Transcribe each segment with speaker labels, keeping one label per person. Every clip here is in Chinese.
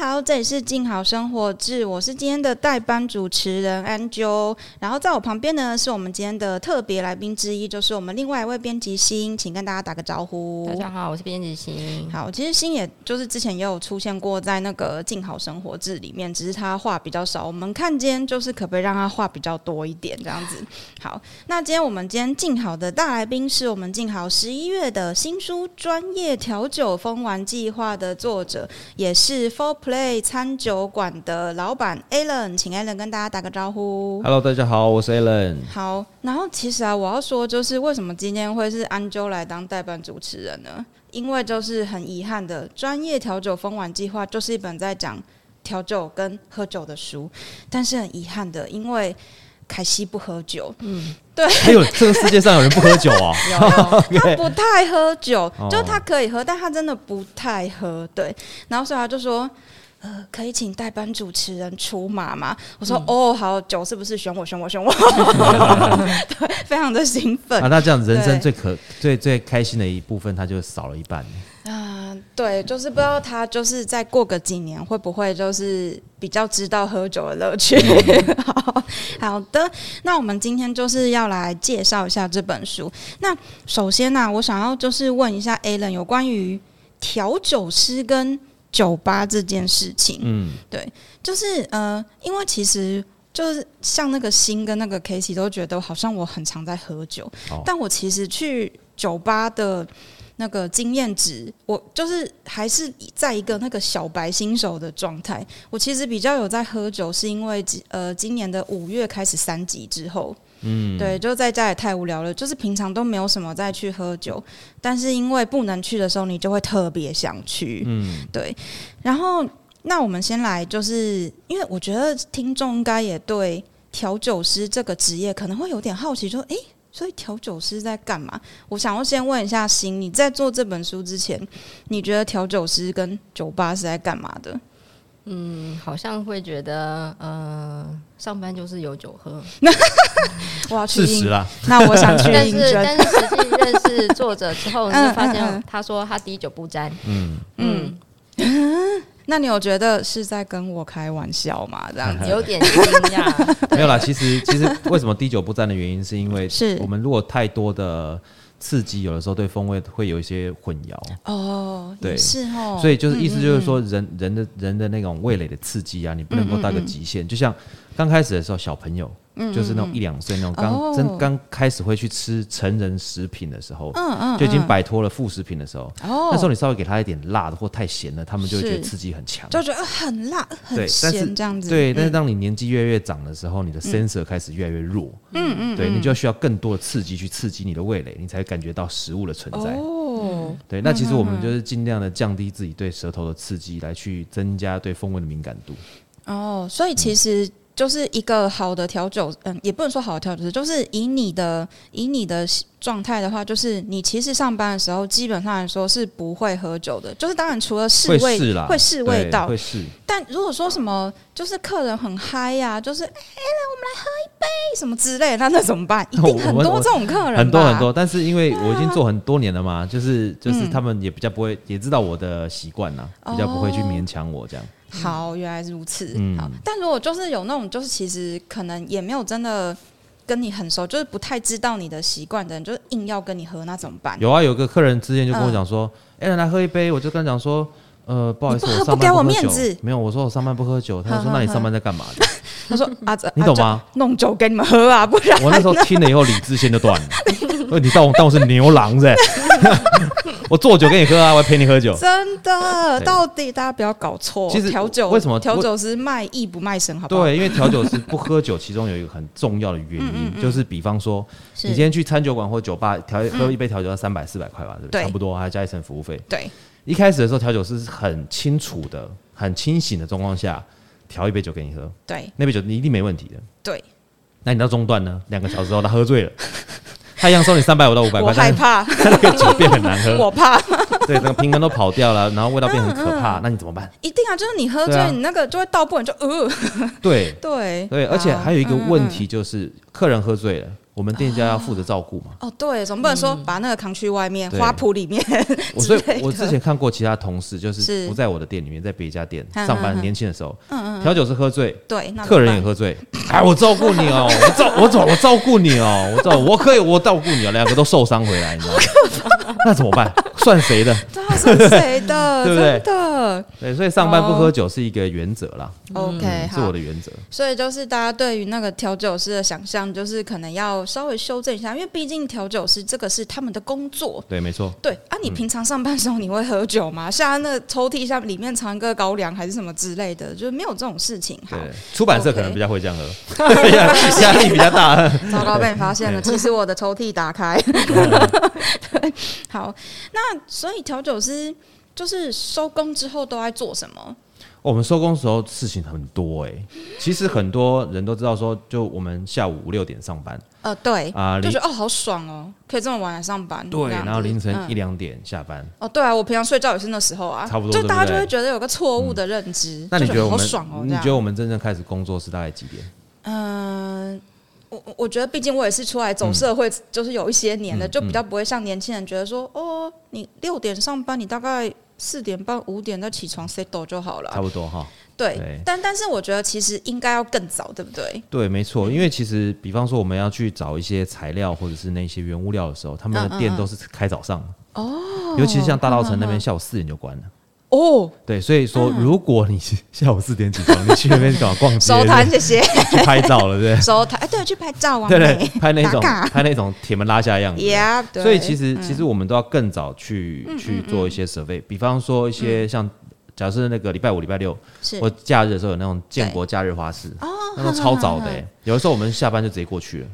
Speaker 1: Hello，这里是静好生活志，我是今天的代班主持人安啾。然后在我旁边呢，是我们今天的特别来宾之一，就是我们另外一位编辑新，请跟大家打个招呼。
Speaker 2: 大家好，我是编辑新。
Speaker 1: 好，其实新也就是之前也有出现过在那个《静好生活志》里面，只是他话比较少。我们看今天就是可不可以让他话比较多一点这样子。好，那今天我们今天静好的大来宾是我们静好十一月的新书《专业调酒疯玩计划》的作者，也是 Four Play 餐酒馆的老板 Alan，请 Alan 跟大家打个招呼。
Speaker 3: Hello，大家好，我是 Alan。
Speaker 1: 好，然后其实啊，我要说就是为什么今天会是安啾来当代班主持人呢？因为就是很遗憾的，专业调酒疯玩计划啊就是一本在讲调酒跟喝酒的书，但是很遗憾的，因为凯西不喝酒，
Speaker 3: 还有哎这个世界上有人不喝酒 啊？
Speaker 1: 他不太喝酒，
Speaker 3: 哦
Speaker 1: 就他可以喝，但他真的不太喝。对，然后所以他就说。呃，可以请代班主持人出马吗？我说、哦，好，酒是不是选我选我选 我？对，非常的兴奋
Speaker 3: 啊，那这样人生
Speaker 1: 对
Speaker 3: 最可最最开心的一部分，它就少了一半。
Speaker 1: 啊、对，就是不知道他就是再过个几年会不会就是比较知道喝酒的乐趣。 好好的，那我们今天就是要来介绍一下这本书。那首先呢、我想要就是问一下 Alan 有关于调酒师跟酒吧这件事情。
Speaker 3: 嗯，
Speaker 1: 就是呃，因为其实就是像那个新跟那个 Casey 都觉得好像我很常在喝酒，
Speaker 3: 哦
Speaker 1: 但我其实去酒吧的那个经验值，我就是还是在一个那个小白新手的状态。我其实比较有在喝酒，是因为今呃今年的五月开始三级之后。嗯，对，就在家也太无聊了，就是平常都没有什么再去喝酒，但是因为不能去的时候，你就会特别想去。嗯，对。然后那我们先来，就是因为我觉得听众应该也对调酒师这个职业可能会有点好奇，说，诶，所以调酒师在干嘛？我想要先问一下新，你在做这本书之前，你觉得调酒师跟酒吧是在干嘛的？
Speaker 2: 嗯，好像会觉得，呃，上班就是有酒喝，
Speaker 1: 我要去
Speaker 3: 事
Speaker 1: 应
Speaker 3: 实，啦，
Speaker 1: 那我想去
Speaker 2: 但
Speaker 1: 应
Speaker 2: 是
Speaker 1: 征。
Speaker 2: 但是实际认识作者之后，你
Speaker 1: 嗯
Speaker 2: 就发
Speaker 1: 嗯嗯
Speaker 2: 现他说他滴酒不沾。
Speaker 1: 嗯，那你有觉得是在跟我开玩笑吗？这样子
Speaker 2: 有点惊 讶，
Speaker 3: 没有啦。其实其实为什么滴酒不沾的原因，是因为
Speaker 1: 是
Speaker 3: 我们如果太多的刺激，有的时候对风味会有一些混淆。
Speaker 1: 哦，也
Speaker 3: 对
Speaker 1: 是哦，嗯
Speaker 3: 所以就是意思就是说人，人的人的那种味蕾的刺激啊，你不能够到一个极限。就像刚开始的时候，小朋友就是那种一两岁那种
Speaker 1: 哦
Speaker 3: 刚真刚开始会去吃成人食品的时候，
Speaker 1: 嗯嗯，
Speaker 3: 就已经
Speaker 1: 嗯
Speaker 3: 摆脱了副食品的时候，
Speaker 1: 哦，
Speaker 3: 那时候你稍微给他一点辣的或太咸了，他们就会觉
Speaker 1: 是
Speaker 3: 得刺激很强。
Speaker 1: 就觉得呃很辣很
Speaker 3: 对但是
Speaker 1: 咸这样子，
Speaker 3: 对，但是当你年纪越来越长的时候，你的 sensor 开始越来越弱，
Speaker 1: 嗯嗯，
Speaker 3: 对你就需要更多的刺激去刺激你的味蕾，你才感觉到食物的存在。
Speaker 1: 哦，
Speaker 3: 对，那其实我们就是尽量的降低自己对舌头的刺激，来去增加对风味的敏感度。
Speaker 1: 哦，所以其实就是一个好的调酒，嗯，也不能说好的调酒师，就是以你的以你的状态的话，就是你其实上班的时候，基本上来说是不会喝酒的，就是当然除了试
Speaker 3: 会
Speaker 1: 味
Speaker 3: 试啦，
Speaker 1: 试味
Speaker 3: 对
Speaker 1: 道
Speaker 3: 会，试。
Speaker 1: 但如果说什么就是客人很嗨呀、就是哎、来我们来喝一杯什么之类的，那那怎么办？一定很
Speaker 3: 我
Speaker 1: 多
Speaker 3: 我
Speaker 1: 这种客人，
Speaker 3: 很多很多，，但是因为
Speaker 1: 啊
Speaker 3: 我已经做很多年了嘛，就是就是
Speaker 1: 嗯
Speaker 3: 他们也比较不会，也知道我的习惯啦，比较不会去
Speaker 1: 哦
Speaker 3: 勉强我这样。
Speaker 1: 好，原来如此。
Speaker 3: 嗯
Speaker 1: 好，但如果就是有那种，就是其实可能也没有真的跟你很熟，就是不太知道你的习惯的人，就是硬要跟你喝，那怎么办？
Speaker 3: 有啊，有个客人之前就跟我讲说：“哎、来喝一杯。”我就跟他讲说：“呃，不好意思，
Speaker 1: 嗯你不喝
Speaker 3: 我上
Speaker 1: 不给
Speaker 3: 班
Speaker 1: 我
Speaker 3: 喝
Speaker 1: 面
Speaker 3: 酒
Speaker 1: 子
Speaker 3: 没有，我说我上班不喝酒。他就
Speaker 1: 呵
Speaker 3: 说：“
Speaker 1: 呵
Speaker 3: 那你
Speaker 1: 呵
Speaker 3: 上班在干嘛
Speaker 1: 他 说啊，这
Speaker 3: 你懂吗？
Speaker 1: 啊这弄酒给你们喝啊，不？”然
Speaker 3: 我那时候听了以后，理智线就断了。 呃你当我当我是牛郎是不是？ 我做酒给你喝啊，我还陪你喝酒。
Speaker 1: 真的
Speaker 3: 对
Speaker 1: 到底大家不要搞错。
Speaker 3: 其实
Speaker 1: 调酒
Speaker 3: 为什么
Speaker 1: 调酒师卖艺不卖身？好不好？
Speaker 3: 对，因为调酒师不喝酒，其中有一个很重要的原
Speaker 1: 嗯
Speaker 3: 因，就是比方说，你今天去餐酒馆或酒吧调喝一杯调酒要三百四百块吧，对不
Speaker 1: 嗯对
Speaker 3: 对？差不多，还加一层服务费。
Speaker 1: 对
Speaker 3: 一开始的时候，调酒师是很清楚的、很清醒的状况下调一杯酒给你喝，
Speaker 1: 对
Speaker 3: 那杯酒你一定没问题的。
Speaker 1: 对，
Speaker 3: 那你到中段呢？两个小时后他喝醉了， 他一样收你三百五到五百
Speaker 1: 我
Speaker 3: 块，
Speaker 1: 害
Speaker 3: 但是
Speaker 1: 怕，
Speaker 3: 他那个酒变很难 喝，
Speaker 1: 我怕，
Speaker 3: 对，整个平衡都跑掉了，然后味道变很可
Speaker 1: 嗯
Speaker 3: 怕，那你怎么办？
Speaker 1: 一定啊！就是你喝醉，
Speaker 3: 对啊
Speaker 1: 你那个就会倒不稳，就呃，
Speaker 3: 对
Speaker 1: 对
Speaker 3: 对，而且还有一个
Speaker 1: 好嗯
Speaker 3: 问题就是，客人喝醉了，我们店家要负责照顾嘛。
Speaker 1: 哦，对，总不能说把那个扛去外面、
Speaker 3: 嗯对
Speaker 1: 花圃里面。
Speaker 3: 我所以
Speaker 1: 哦之类，的
Speaker 3: 我之前看过其他同事，就是是不在我的店里面，在别家店
Speaker 1: 嗯
Speaker 3: 上班，
Speaker 1: 嗯
Speaker 3: 年轻的时候，调酒师喝醉，
Speaker 1: 对，那怎么
Speaker 3: 客人也
Speaker 1: 办
Speaker 3: 喝醉， 哎，我照顾你哦，我照我照我照顾你哦，我照我可以我照顾你哦，两个都受伤回来，你知道 吗？那怎么办？算谁的？
Speaker 1: 对啊，是谁的？
Speaker 3: 对不对
Speaker 1: 真的
Speaker 3: 对，所以上班不喝酒是一个原则啦，
Speaker 1: 哦？OK，
Speaker 3: 嗯是
Speaker 1: 好
Speaker 3: 我的。原则。
Speaker 1: 所以就是大家对于那个调酒师的想象，就是可能要稍微修正一下，因为毕竟调酒师这个是他们的工作。
Speaker 3: 对，没错。
Speaker 1: 对啊，你平常上班的时候你会喝酒吗？像他那个抽屉下里面藏一个高粱还是什么之类的，就是没有这种事情。好
Speaker 3: 对，，出版社可
Speaker 1: OK
Speaker 3: 能比较会这样喝， 压力比较大。
Speaker 1: 糟糕，被你发现了。其实我的抽屉打开。对， 好，那所以调酒师就是收工之后都在做什么？
Speaker 3: 我们收工时候事情很多哎、其实很多人都知道说，就我们下午五六点上班
Speaker 1: 呃，对，
Speaker 3: 啊，
Speaker 1: 就
Speaker 3: 凌
Speaker 1: 觉得哦，好爽哦，可以这么晚来上班。
Speaker 3: 对，
Speaker 1: 这样子
Speaker 3: 然后凌晨
Speaker 1: 嗯
Speaker 3: 一两点下班。
Speaker 1: 哦，对啊，我平常睡觉也是那时候啊，
Speaker 3: 差不多
Speaker 1: 就大家
Speaker 3: 对不
Speaker 1: 就
Speaker 3: 对
Speaker 1: 会觉得有个错误的认知，
Speaker 3: 那你
Speaker 1: 就
Speaker 3: 觉得我
Speaker 1: 好
Speaker 3: 们？
Speaker 1: 爽哦？
Speaker 3: 你
Speaker 1: 这
Speaker 3: 觉得
Speaker 1: 样，
Speaker 3: 我们真正开始工作是大概几点？
Speaker 1: 嗯、我我我觉得，毕竟我也是出来走社
Speaker 3: 嗯
Speaker 1: 会，就是有一些年的，就比较不会像年轻人觉得说，哦，你六点上班，你大概四点半、五点再起床 settle 就好
Speaker 3: 差
Speaker 1: 了。
Speaker 3: 不多哈。
Speaker 1: 对，
Speaker 3: 对
Speaker 1: 但但是我觉得其实应该要更早，对不对？
Speaker 3: 对，没
Speaker 1: 嗯
Speaker 3: 错，因为其实比方说我们要去找一些材料或者是那些原物料的时候，他们
Speaker 1: 嗯
Speaker 3: 的店都是开早上哦，尤其是像大稻城那
Speaker 1: 嗯
Speaker 3: 边下午四点就关了。
Speaker 1: 哦，
Speaker 3: 对，所以说如果你是 下午四点起床，你去那边搞逛街
Speaker 1: 收摊，谢 谢，
Speaker 3: 去拍照 了，对
Speaker 1: 收摊，哎，对，去拍照啊，
Speaker 3: 不对对对，拍那
Speaker 1: 打
Speaker 3: 种
Speaker 1: 卡
Speaker 3: 拍那种铁门拉下的样子。
Speaker 1: ，Yeah，对嗯
Speaker 3: 所以其实其实我们都要更早去去做一些 survey，比方说一些像假设那个礼拜五、礼拜六
Speaker 1: 嗯是哦
Speaker 3: 或假日的时候有那种建国假日花市，那都超早的欸，有的时候我们下班就直接过去了，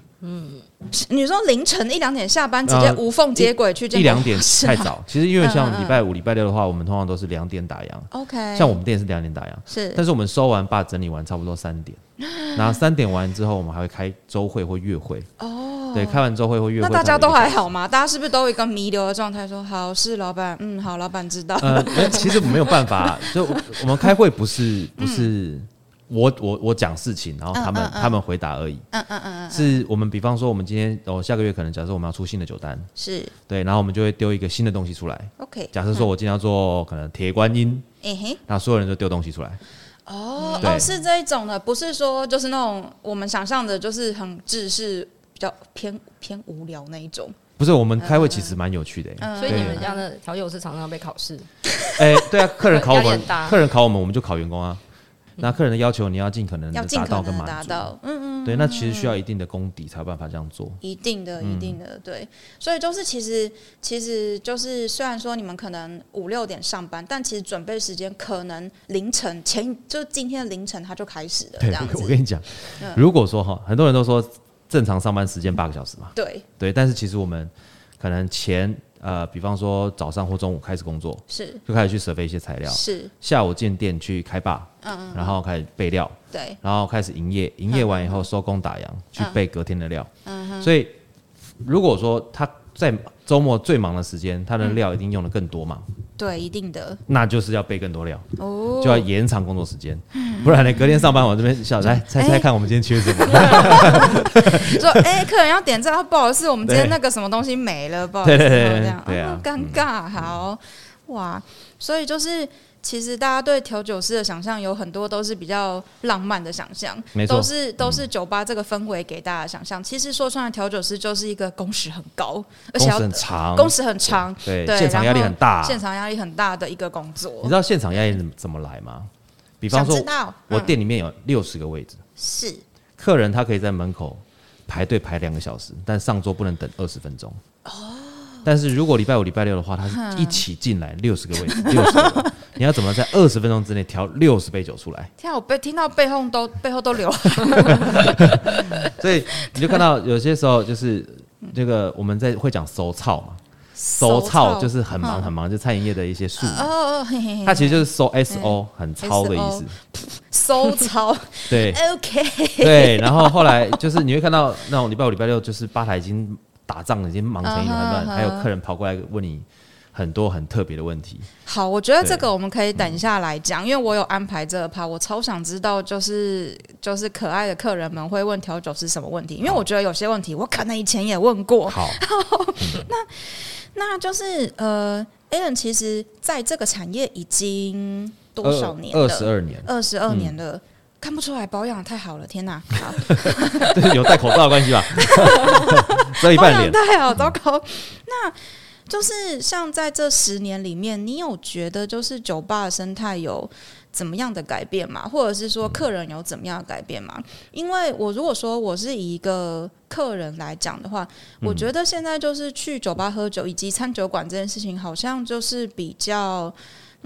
Speaker 1: 你说凌晨一两点下班，直接
Speaker 3: 呃
Speaker 1: 无缝接轨去见
Speaker 3: 一两
Speaker 1: 公
Speaker 3: 点
Speaker 1: 司
Speaker 3: 太
Speaker 1: 吗
Speaker 3: 早。其实因为
Speaker 1: 嗯嗯
Speaker 3: 像
Speaker 1: 嗯
Speaker 3: 礼拜五、礼拜六的话，我们通常都是两点打烊，
Speaker 1: ，OK，
Speaker 3: 像我们店是两点打烊，
Speaker 1: 是
Speaker 3: 但是我们收完把整理完差不多三 点，然后三点完之后我们还会开周会或月会，
Speaker 1: 哦，
Speaker 3: 对，开完周会或月会
Speaker 1: 那
Speaker 3: 差不多一个小时，
Speaker 1: 大家都还好吗？大家是不是都有一个弥留的状态？说好是老板，嗯，好，老板知道。
Speaker 3: 呃，没其实没有办法，啊就我们开会 不
Speaker 1: 嗯
Speaker 3: 是不是我我我讲事情，然后他们、他们回答而已。
Speaker 1: 嗯嗯嗯嗯，
Speaker 3: 是我们比方说，我们今天哦，下个月可能假设我们要出新的酒单，
Speaker 1: 是
Speaker 3: 对，然后我们就会丢一个新的东西出来。
Speaker 1: OK。嗯
Speaker 3: 假设说我今天要做可能铁观音，
Speaker 1: 诶嘿，
Speaker 3: 那所有人就丢东西出来，
Speaker 1: 哦
Speaker 3: 对
Speaker 1: 哦，是这一种的，不是说就是那种我们想象的，就是很制式，比较偏偏无聊那一种。
Speaker 3: 不是我们开会其实蛮有趣的、欸。
Speaker 1: 嗯，
Speaker 2: 所以你们
Speaker 3: 对
Speaker 2: 这样的调酒师常常被考试，
Speaker 3: 哎、对啊，客人考我
Speaker 2: 压力
Speaker 3: 们
Speaker 2: 很大，
Speaker 3: 客人考我们，我们就考员工啊。那客人的要求你要尽可能
Speaker 1: 嗯要
Speaker 3: 的
Speaker 1: 尽
Speaker 3: 达
Speaker 1: 可
Speaker 3: 到跟
Speaker 1: 能的
Speaker 3: 满
Speaker 1: 达
Speaker 3: 足，
Speaker 1: 到，嗯嗯，
Speaker 3: 对，那其实需要一定的功底才有办法这样做。
Speaker 1: 一定的，一定
Speaker 3: 嗯
Speaker 1: 的，对。所以就是其实其实就是虽然说你们可能五六点上班，但其实准备时间可能凌晨前，就是今天的凌晨他就开始了，这
Speaker 3: 对
Speaker 1: 样，
Speaker 3: 我
Speaker 1: 子。嗯
Speaker 3: 跟你讲，如果说哈，很多人都说正常上班时间八个小时嘛，
Speaker 1: 对，
Speaker 3: 对，但是其实我们可能前呃，比方说早上或中午开始工作，
Speaker 1: 是
Speaker 3: 就开始去准备一些材料，
Speaker 1: 是，
Speaker 3: 下午进店去开坝，
Speaker 1: 嗯
Speaker 3: 然后开始备料，
Speaker 1: 对，
Speaker 3: 然后开始营业，
Speaker 1: 嗯
Speaker 3: 营业完以后收工打烊，去备隔天的料。所以如果说他在周末最忙的时间，他的
Speaker 1: 嗯
Speaker 3: 料一定用的更多嘛，
Speaker 1: 对，一定的。
Speaker 3: 那就是要备更多料，
Speaker 1: 哦，
Speaker 3: 就要延长工作时间，不然呢，隔天上班我这边想
Speaker 1: 嗯
Speaker 3: 来猜
Speaker 1: 哎
Speaker 3: 猜看我们今天缺什 么。
Speaker 1: 说哎、客人要点这个，不好意思，我们今天
Speaker 3: 对
Speaker 1: 那个什么东西没了，不好意思，
Speaker 3: 对对对
Speaker 1: 这样
Speaker 3: 对啊
Speaker 1: 哦尴尬，好哇，所以就是。其实大家对调酒师的想象有很多都是比较浪漫的想象，
Speaker 3: 没错嗯
Speaker 1: 都是都是酒吧这个氛围给大家的想象。其实说穿了，调酒师就是一个工时很高，而且
Speaker 3: 工
Speaker 1: 要
Speaker 3: 时很长，
Speaker 1: 工时很长，
Speaker 3: 对
Speaker 1: 对
Speaker 3: 现场压力
Speaker 1: 然后
Speaker 3: 很大啊嗯
Speaker 1: 现场压力很大的一个工作
Speaker 3: 你。知道现场压力怎么怎么来吗？比方
Speaker 1: 想
Speaker 3: 说
Speaker 1: 知，道
Speaker 3: 我
Speaker 1: 嗯
Speaker 3: 店里面有六十个位置，
Speaker 1: 是
Speaker 3: 客人他可以在门口排队排两个小时，但上桌不能等二十分钟。但是如果礼拜五、礼拜六的话，他是一起进来六十个位置， 六十个人，你要怎么在二十分钟之内调六十杯酒出来？
Speaker 1: 天啊，我被听到背后都背后都流 汗。
Speaker 3: 所以你就看到有些时候就是这个我们在会讲收操嘛，收操就是很忙很忙，就餐饮业的一些术语，
Speaker 1: 哦哦，嘿嘿嘿
Speaker 3: 它其实就是收 S 嗯 O 很操的意
Speaker 1: SO
Speaker 3: 思，
Speaker 1: 收操
Speaker 3: 对。
Speaker 1: ，OK，
Speaker 3: 对，然后后来就是你会看到那种礼拜五、礼拜六，就是吧台已经打仗了，已经忙成一团乱，
Speaker 1: 嗯哼
Speaker 3: 还有客人跑过来问你很多很特别的问题。
Speaker 1: 好，我觉得
Speaker 3: 对
Speaker 1: 这个我们可以等一下来讲，因为我有安排这个趴，我超想知道，就是就是可爱的客人们会问调酒师什么问题，因为我觉得有些问题我可能以前也问过，
Speaker 3: 好，
Speaker 1: 那就是呃，Alan 其实在这个产业已经多少年
Speaker 3: 二十
Speaker 1: 了？
Speaker 3: 二年，
Speaker 1: 二十二
Speaker 3: 嗯
Speaker 1: 年了。看不出来，保养得太好了，天哪！好
Speaker 3: 对，有戴口罩的关系吧？ 遮一
Speaker 1: 保
Speaker 3: 半
Speaker 1: 养得
Speaker 3: 脸，
Speaker 1: 太好，糟糕。那就是像在这十年里面，你有觉得就是酒吧的生态有怎么样的改变吗？或者是说客人有怎么样的改变吗？因为我如果说我是以一个客人来讲的话，我觉得现在就是去酒吧喝酒以及餐酒馆这件事情，好像就是比较。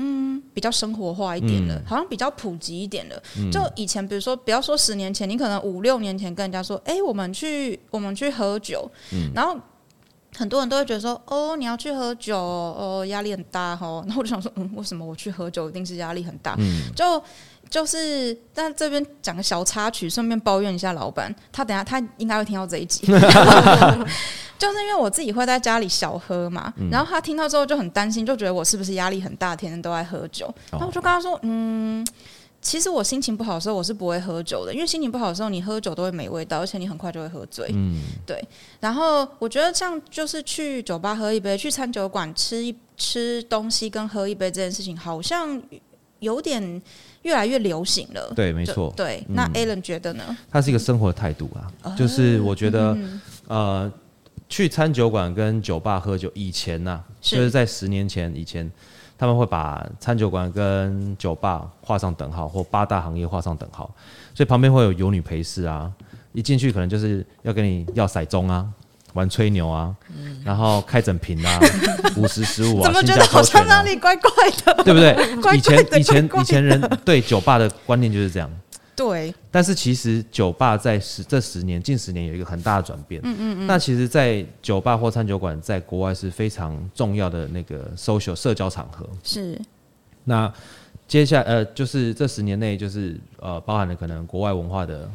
Speaker 1: 嗯，比较生活化一点了，
Speaker 3: 嗯
Speaker 1: 好像比较普及一点了。就以前，比如说，不要说十年前，你可能五六年前跟人家说，哎、我们去我们去喝酒，然后很多人都会觉得说，哦，你要去喝酒哦，哦压力很大 哦。然后我就想说，嗯，为什么我去喝酒一定是压力很大？
Speaker 3: 嗯，
Speaker 1: 就就是，但这边讲个小插曲，顺便抱怨一下老板，他等下他应该会听到这一集，就是因为我自己会在家里小喝嘛，
Speaker 3: 嗯
Speaker 1: 然后他听到之后就很担心，就觉得我是不是压力很大，天天都在喝
Speaker 3: 哦
Speaker 1: 酒，那、我就跟他说，嗯。其实我心情不好的时候，我是不会喝酒的，因为心情不好的时候，你喝酒都会没味道，而且你很快就会喝醉。
Speaker 3: 嗯，
Speaker 1: 然后我觉得这样就是去酒吧喝一杯，去餐酒馆吃一吃东西跟喝一杯这件事情，好像有点越来越流行了。
Speaker 3: 对，没
Speaker 1: 就
Speaker 3: 错，
Speaker 1: 对，那
Speaker 3: 嗯
Speaker 1: Alan 觉得呢？
Speaker 3: 它是一个生活的态度
Speaker 1: 哦
Speaker 3: 啊，就是我觉
Speaker 1: 嗯
Speaker 3: 得，呃，去餐酒馆跟酒吧喝酒，以前呐、
Speaker 1: 是
Speaker 3: 就是在十年前以前，他们会把餐酒馆跟酒吧画上等号，或八大行业画上等号，所以旁边会有有女陪侍啊，一进去可能就是要跟你要骰盅啊。玩吹牛啊，然后开整 瓶啊，五十十五啊，
Speaker 1: 嗯怎么
Speaker 3: 新
Speaker 1: 觉
Speaker 3: 加
Speaker 1: 得
Speaker 3: 坡
Speaker 1: 好
Speaker 3: 拳
Speaker 1: 像哪
Speaker 3: 啊
Speaker 1: 里怪怪的？
Speaker 3: 对不对？
Speaker 1: 怪
Speaker 3: 以
Speaker 1: 怪的
Speaker 3: 前以前
Speaker 1: 怪怪
Speaker 3: 以前人对酒吧的观念就是这样，
Speaker 1: 对，
Speaker 3: 但是其实酒吧在十这十年近十年有一个很大的转变，嗯嗯嗯。那其实，在酒吧或餐酒馆，在国外是非常重要的那个 social 社交场合。
Speaker 1: 是
Speaker 3: 那接下呃，就是这十年内，就是呃，包含了可能国外文化的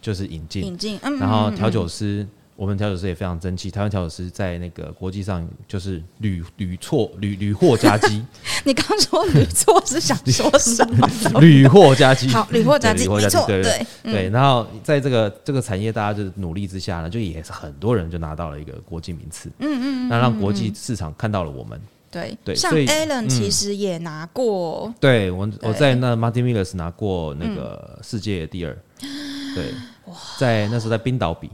Speaker 3: 就是引进，
Speaker 1: 引进，嗯，
Speaker 3: 然后
Speaker 1: 嗯
Speaker 3: 调酒师，我们调酒师也非常争气。台湾调酒师在那个国际上就是屡屡错屡屡获佳 绩，
Speaker 1: 你刚说女错是想说 什么？
Speaker 3: 屡获佳 绩。
Speaker 1: 好，屡获佳
Speaker 3: 对
Speaker 1: 绩，
Speaker 3: 屡获
Speaker 1: 没
Speaker 3: 佳绩
Speaker 1: 错，
Speaker 3: 对对
Speaker 1: 对，
Speaker 3: 对，然后在这个这个产业大家就是努力之下呢，就也是很多人就拿到了一个国际名次，嗯嗯，那让国际市场看到了我们。
Speaker 1: 对
Speaker 3: 对
Speaker 1: 像
Speaker 3: 所以
Speaker 1: Alan
Speaker 3: 嗯
Speaker 1: 其实也拿过，
Speaker 3: 对嗯我我
Speaker 1: 对
Speaker 3: 在那 Martin Millers 拿过那个世界第二，对，在那时候在冰岛比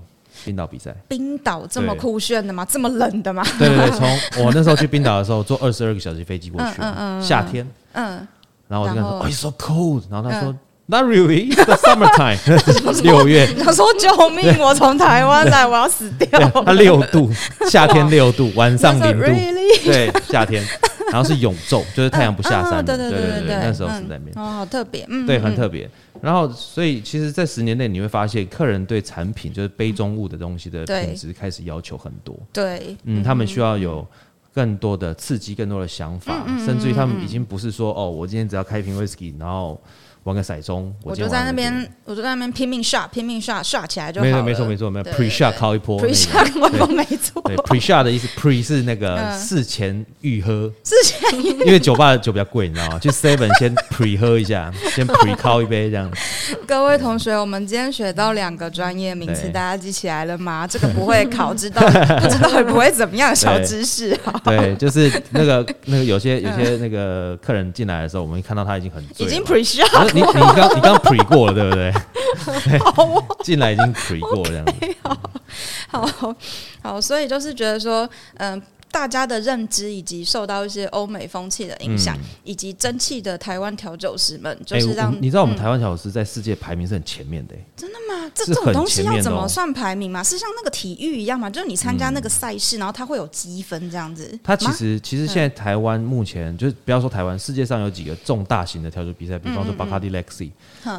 Speaker 3: 冰岛比赛，
Speaker 1: 冰岛这么
Speaker 3: 对
Speaker 1: 酷炫的吗？这么冷的吗？
Speaker 3: 对对对， 从我那时候去冰岛的时候坐二十二个小时飞机过去，夏天，嗯，然后嗯我就跟
Speaker 1: 然
Speaker 3: 他说
Speaker 1: 后
Speaker 3: ，Oh it's so cold，然后他说。Not really, it's the summertime，六 月，
Speaker 1: 他说：“救命！我从台湾来，我要死掉。
Speaker 3: 对，它 六 度，夏天六度，晚上
Speaker 1: 他说
Speaker 3: 零度，
Speaker 1: Really？
Speaker 3: 对，夏天，然后是永昼，就是太阳不下
Speaker 1: 嗯
Speaker 3: 山
Speaker 1: 嗯
Speaker 3: 了，
Speaker 1: 对
Speaker 3: 对
Speaker 1: 对
Speaker 3: 对
Speaker 1: 对，
Speaker 3: 那时候是
Speaker 1: 嗯
Speaker 3: 在那边，
Speaker 1: 哦，好特别，嗯，
Speaker 3: 对，很
Speaker 1: 嗯
Speaker 3: 特别。然后，所以其实，在十年内，你会发现客人对产品，就是杯中物的东西的
Speaker 1: 对
Speaker 3: 品质开始要求很多。
Speaker 1: 对，
Speaker 3: 嗯，他们需要有更多的刺激，更多的想法，
Speaker 1: 嗯
Speaker 3: 甚至于他们已经不是说哦，我今天只要开一瓶 whisky，然后玩个骰盅，
Speaker 1: 我
Speaker 3: 今
Speaker 1: 就
Speaker 3: 天
Speaker 1: 在
Speaker 3: 晚
Speaker 1: 那
Speaker 3: 上
Speaker 1: 边，我就在那边拼命刷，拼命刷，刷起来就
Speaker 3: 没错
Speaker 1: 好
Speaker 3: 没错没
Speaker 1: 错
Speaker 3: 错没错
Speaker 1: 对对
Speaker 3: ，pre shot
Speaker 1: 对
Speaker 3: 靠一波
Speaker 1: ，pre
Speaker 3: 那个，
Speaker 1: 下我
Speaker 3: 对
Speaker 1: 都没错，
Speaker 3: 对，pre shot 的意思，pre 是那个
Speaker 1: 嗯
Speaker 3: 事前预喝，
Speaker 1: 之前
Speaker 3: 因为酒吧的酒比较贵，你知道吗？去 seven 先 pre 喝一下，先 pre 靠一杯这样。
Speaker 1: 各位同学，我们今天学到两个专业名词，
Speaker 3: 对
Speaker 1: 大家记起来了吗？这个不会考，知道不知道也不会怎么样，小知识啊，
Speaker 3: 对，就是那个那个有些有些那个客人进来的时候，我们看到他已经很醉
Speaker 1: 已
Speaker 3: 了
Speaker 1: 经
Speaker 3: 嘛
Speaker 1: pre 下
Speaker 3: 我说你你刚你刚 pre 过了，对不对？
Speaker 1: 好哦。
Speaker 3: 进来已经 pre 过这样子。
Speaker 1: 好好，所以就是觉得说，嗯、大家的认知以及受到一些欧美风气的影响，
Speaker 3: 嗯
Speaker 1: 以及争气的台湾调酒师们，就
Speaker 3: 哎
Speaker 1: 是让、
Speaker 3: 我你知道我们台湾小吃在世界排名是很前面的、欸，
Speaker 1: 那这
Speaker 3: 是
Speaker 1: 这种
Speaker 3: 很
Speaker 1: 东西
Speaker 3: 前
Speaker 1: 要
Speaker 3: 面
Speaker 1: 怎
Speaker 3: 的
Speaker 1: 么
Speaker 3: 哦
Speaker 1: 算排名嘛？是像那个体育一样嘛？就是你参加那个赛事，然后它会有积分这样子。
Speaker 3: 它其
Speaker 1: 吗嗯
Speaker 3: 实其实现在台湾目前就是不要说台湾，世界上有几个重大型的调酒比赛，比方
Speaker 1: 嗯
Speaker 3: 说 Bacardi Lexi、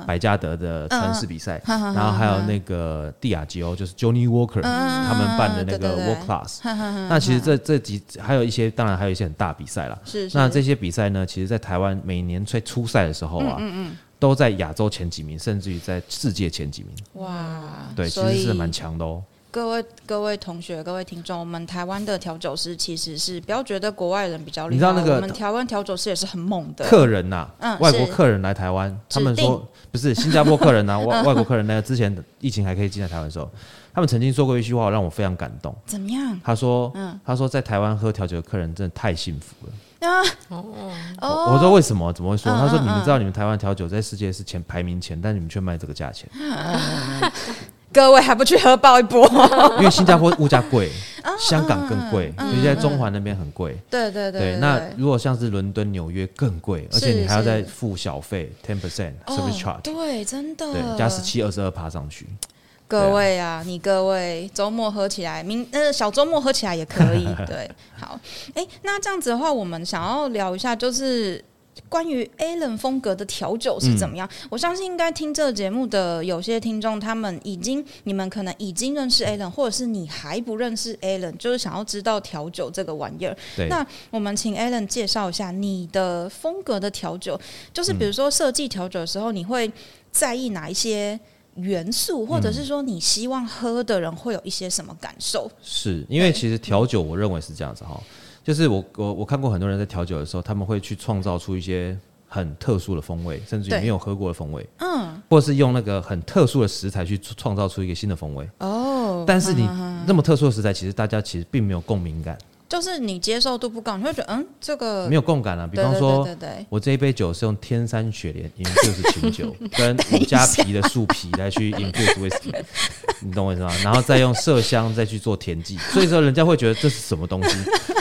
Speaker 3: 百加得的城市比赛，然后还有那个蒂亚吉欧，就是
Speaker 1: 嗯
Speaker 3: Johnny Walker 他们办的那
Speaker 1: 对
Speaker 3: 个
Speaker 1: 对
Speaker 3: w
Speaker 1: 对
Speaker 3: o r k Class。那其实这这几还有一些，当然还有一些很大比赛啦。
Speaker 1: 是是
Speaker 3: 那这些比赛呢，其实在台湾每年在初赛的时候啊，
Speaker 1: 嗯
Speaker 3: 都在亚洲前几名，甚至于在世界前几名。
Speaker 1: 哇，
Speaker 3: 对，其
Speaker 1: 所
Speaker 3: 实
Speaker 1: 以
Speaker 3: 是蛮强的哦。
Speaker 1: 各位各位同学、各位听众，我们台湾的调酒师其实是不要觉得国外人比较厉害，
Speaker 3: 你知道那个啊
Speaker 1: 我们台湾调酒师也是很猛的。
Speaker 3: 客人呐、
Speaker 1: 嗯
Speaker 3: 外国
Speaker 1: 是
Speaker 3: 客人来台湾，他们
Speaker 1: 指定嗯
Speaker 3: 说不是新加坡客人 呐、外外国客人呢，之前疫情还可以进来台湾的时候，他们曾经说过一句话让我非常感动。
Speaker 1: 怎么样？
Speaker 3: 他说，
Speaker 1: 嗯
Speaker 3: 他说在台湾喝调酒的客人真的太幸福了。
Speaker 1: 啊，
Speaker 3: 我我说为什么？怎么会说？
Speaker 1: 哦嗯
Speaker 3: 他说
Speaker 1: 嗯
Speaker 3: 你们
Speaker 1: 嗯
Speaker 3: 知道你们台湾调酒在世界是前排名前，但你们却卖这个价钱，
Speaker 1: 各位还不去喝爆一波？
Speaker 3: 因为新加坡物价贵，香港更贵，
Speaker 1: 嗯
Speaker 3: 尤其在中环那边很贵。
Speaker 1: 对对
Speaker 3: 对，那如果像是伦敦、纽约更贵，而且
Speaker 1: 是
Speaker 3: 你还要再
Speaker 1: 是
Speaker 3: 付小费 ten percent
Speaker 1: 哦嗯
Speaker 3: service charge，
Speaker 1: 对，真的，
Speaker 3: 对，加十七二十二趴上去。
Speaker 1: 各位啊，你各位周末喝起来，明呃小周末喝起来也可以。对，好，哎、那这样子的话，我们想要聊一下，就是关于 Alan 风格的调酒是怎么样。我相信应该听这个节目的有些听众，他们已经你们可能已经认识 Alan，或者是你还不认识 Alan，就是想要知道调酒这个玩意儿。
Speaker 3: 对，
Speaker 1: 那我们请 Alan 介绍一下你的风格的调酒，
Speaker 3: 嗯
Speaker 1: 就是比如说设计调酒的时候，你会在意哪一些元
Speaker 3: 嗯
Speaker 1: 素，或者是说你希望喝的人会有一些什么感受？
Speaker 3: 是因为其实调酒，我认为是这样子哈，就是我我我看过很多人在调酒的时候，他们会去创造出一些很特殊的风味，甚至于
Speaker 1: 对
Speaker 3: 没有喝过的风味，
Speaker 1: 嗯，
Speaker 3: 或是用那个很特殊的食材去创造出一个新的风味。
Speaker 1: 哦
Speaker 3: 但是你那么特殊的食材，其实大家其实并没有共鸣感，
Speaker 1: 就是你接受度不高，你会觉得嗯，这个
Speaker 3: 没有共感啊。比
Speaker 1: 对
Speaker 3: 方
Speaker 1: 对
Speaker 3: 说，
Speaker 1: 对对对
Speaker 3: 我这一杯酒是用天山雪莲 infuse 琴酒，跟五加皮的树皮来去 infuse whisky，你懂我意思吗？然后再用麝香再去做甜剂，所以说人家会觉得这是什么东 西，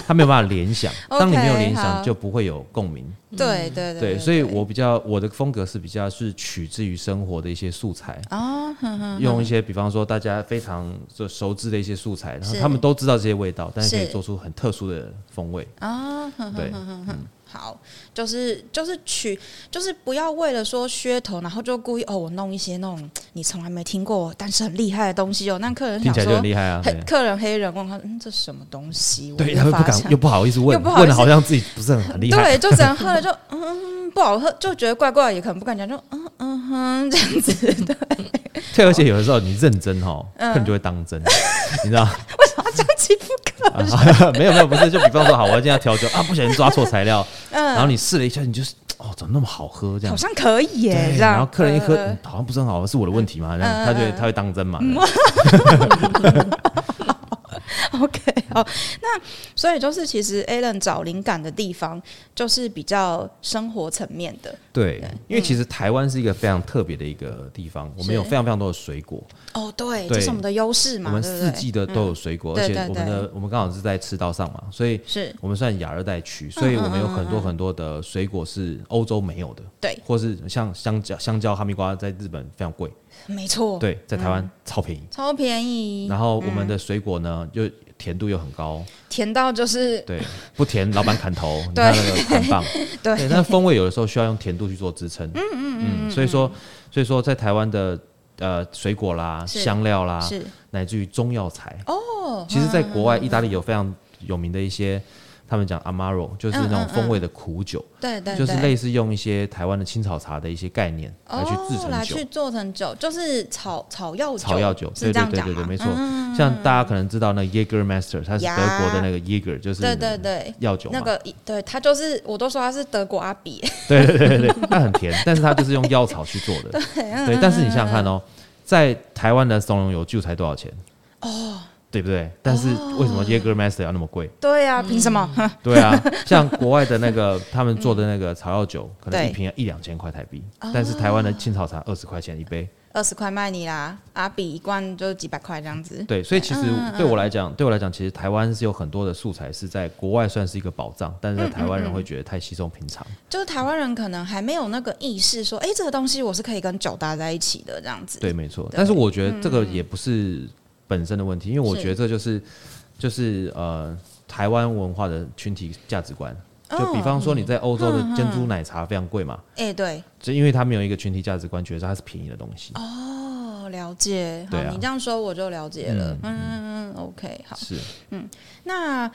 Speaker 3: 他没有办法联想。
Speaker 1: OK，
Speaker 3: 当你没有联想，
Speaker 1: 好
Speaker 3: 就不会有共鸣。
Speaker 1: 对对对
Speaker 3: 嗯对，所以我比较我的风格是比较是取之于生活的一些素材
Speaker 1: 哦，哼哼
Speaker 3: 用一些比方说大家非常就熟知的一些素材，然后
Speaker 1: 是
Speaker 3: 他们都知道这些味道，但是可以
Speaker 1: 是
Speaker 3: 做出很特殊的风味。
Speaker 1: 啊，哼
Speaker 3: 对
Speaker 1: 哼哼哼哼，好，就是就是取，就是不要为了说噱头，然后就故意哦，我弄一些那种你从来没听过，但是很厉害的东西哦。那客人
Speaker 3: 听
Speaker 1: 想
Speaker 3: 起来就
Speaker 1: 说
Speaker 3: 很，厉害啊！
Speaker 1: 黑客人黑人问他，嗯，这什么东西？我
Speaker 3: 对，
Speaker 1: 无
Speaker 3: 他会不
Speaker 1: 法
Speaker 3: 敢，
Speaker 1: 想
Speaker 3: 又不好意思问
Speaker 1: 又，不好意思
Speaker 3: 问的好像自己不是很很厉害。
Speaker 1: 对，就只能喝了就嗯不 好喝，就觉得怪怪，也可能不敢讲，就嗯嗯哼这样子。 对，
Speaker 3: 对，而且有的时候你认真哈，
Speaker 1: 嗯
Speaker 3: 客人就会当 真，你知道？
Speaker 1: 欺负客人，
Speaker 3: 啊 没有没有，不是，就比方说，好，我要今天要调酒啊，不小心抓错材料，然后
Speaker 1: 嗯，
Speaker 3: 你试了一下，你就是哦，怎么那么好喝这样
Speaker 1: 好？像可以耶，
Speaker 3: 对
Speaker 1: 这样。
Speaker 3: 然后客人一喝，
Speaker 1: 呃嗯
Speaker 3: 嗯好像不是很好喝，是我的问题嘛？然后他就会他会当真嘛？对嗯
Speaker 1: OK，好，那所以就是其实 Alan 找灵感的地方，就是比较生活层面的
Speaker 3: 对，因为其实台湾是一个非常特别的一个地方，我们
Speaker 1: 是
Speaker 3: 有非常非常多的水果，
Speaker 1: 哦，对，
Speaker 3: 对
Speaker 1: 这是我们的优势
Speaker 3: 我
Speaker 1: 嘛，
Speaker 3: 们
Speaker 1: 对不
Speaker 3: 四
Speaker 1: 对
Speaker 3: 季的都有水果，而
Speaker 1: 对
Speaker 3: 且
Speaker 1: 对
Speaker 3: 我们的我们刚好是在赤道上嘛，所以
Speaker 1: 是
Speaker 3: 我们算亚热带区，所以我们有很多很多的水果是欧洲没有的，
Speaker 1: 对，
Speaker 3: 或是像香蕉、香蕉、哈密瓜在日本非常贵，
Speaker 1: 没错，，
Speaker 3: 对，在台湾超便宜。
Speaker 1: 超便宜
Speaker 3: 然，后我们的水果呢，就甜度又很高，
Speaker 1: 甜到就是
Speaker 3: 对，不甜老板砍 头，你看那个砍 棒，
Speaker 1: 对
Speaker 3: 对，但风味有的时候需要用甜度去做支撑，嗯嗯嗯，所以说所以说在台湾的呃水果啦、
Speaker 1: 是
Speaker 3: 香料啦，
Speaker 1: 是
Speaker 3: 乃至于中药材哦。其实，在国外，意大利有非常有名的一些，他们讲 amaro，就是那种风味的苦酒，
Speaker 1: 对对，
Speaker 3: 就是
Speaker 1: 对
Speaker 3: 类似用一些台湾的青草茶的一些概念来去制
Speaker 1: 哦，
Speaker 3: 成
Speaker 1: 来
Speaker 3: 酒
Speaker 1: 去。做成酒，就是草草药酒，
Speaker 3: 草药酒，
Speaker 1: 是
Speaker 3: 对
Speaker 1: 这
Speaker 3: 对
Speaker 1: 样
Speaker 3: 对
Speaker 1: 讲啊
Speaker 3: 对对，
Speaker 1: 吗嗯
Speaker 3: 没错。像大家可能知道那 Jaeger Master，它是德
Speaker 1: 呀
Speaker 3: 国的那个 Jaeger，就是
Speaker 1: 对对对。
Speaker 3: 药酒嘛
Speaker 1: 那。个对他就是，我都说他是德国阿比，
Speaker 3: 对对对对，对它很甜，但是它就是用药草去做 的。
Speaker 1: 嗯
Speaker 3: 对，但是你想想看哦，在台湾的松茸有就才多少钱？哦，对不对？但是
Speaker 1: 哦
Speaker 3: 为什么 Jaeger Master 要那么贵？
Speaker 1: 对啊，凭什么？ 哼
Speaker 3: 对啊，像国外的那个他们做的那个草药酒，可
Speaker 1: 嗯
Speaker 3: 能
Speaker 1: 对哦
Speaker 3: 一瓶要一两千块台币，但是台湾的青草茶二十块钱一杯。
Speaker 1: 二十块卖你啦，阿比一罐就几百块这样子。
Speaker 3: 对，所以其实
Speaker 1: 嗯
Speaker 3: 对我来讲，对我来讲，其实台湾是有很多的素材是在国外算是一个宝藏，但
Speaker 1: 嗯
Speaker 3: 是在台湾人会觉得太稀松平常。
Speaker 1: 就是台湾人可能还没有那个意识，说，哎、这个东西我是可以跟酒搭在一起的，这样子。
Speaker 3: 对，，没错。但是我觉得这个也不是本身的问题，因为
Speaker 1: 嗯
Speaker 3: 我
Speaker 1: 是
Speaker 3: 觉得这就是就是呃台湾文化的群体价值观。就比
Speaker 1: 哦
Speaker 3: 方说你在欧洲
Speaker 1: 嗯
Speaker 3: 的珍珠奶茶非常贵嘛，
Speaker 1: 哎、对，
Speaker 3: 就因为他们有一个群体价值观，觉得它是便宜的东西。
Speaker 1: 哦，了解。好，
Speaker 3: 对啊
Speaker 1: 你这样说我就了解了。嗯嗯嗯 o k 好。
Speaker 3: 是。
Speaker 1: 那，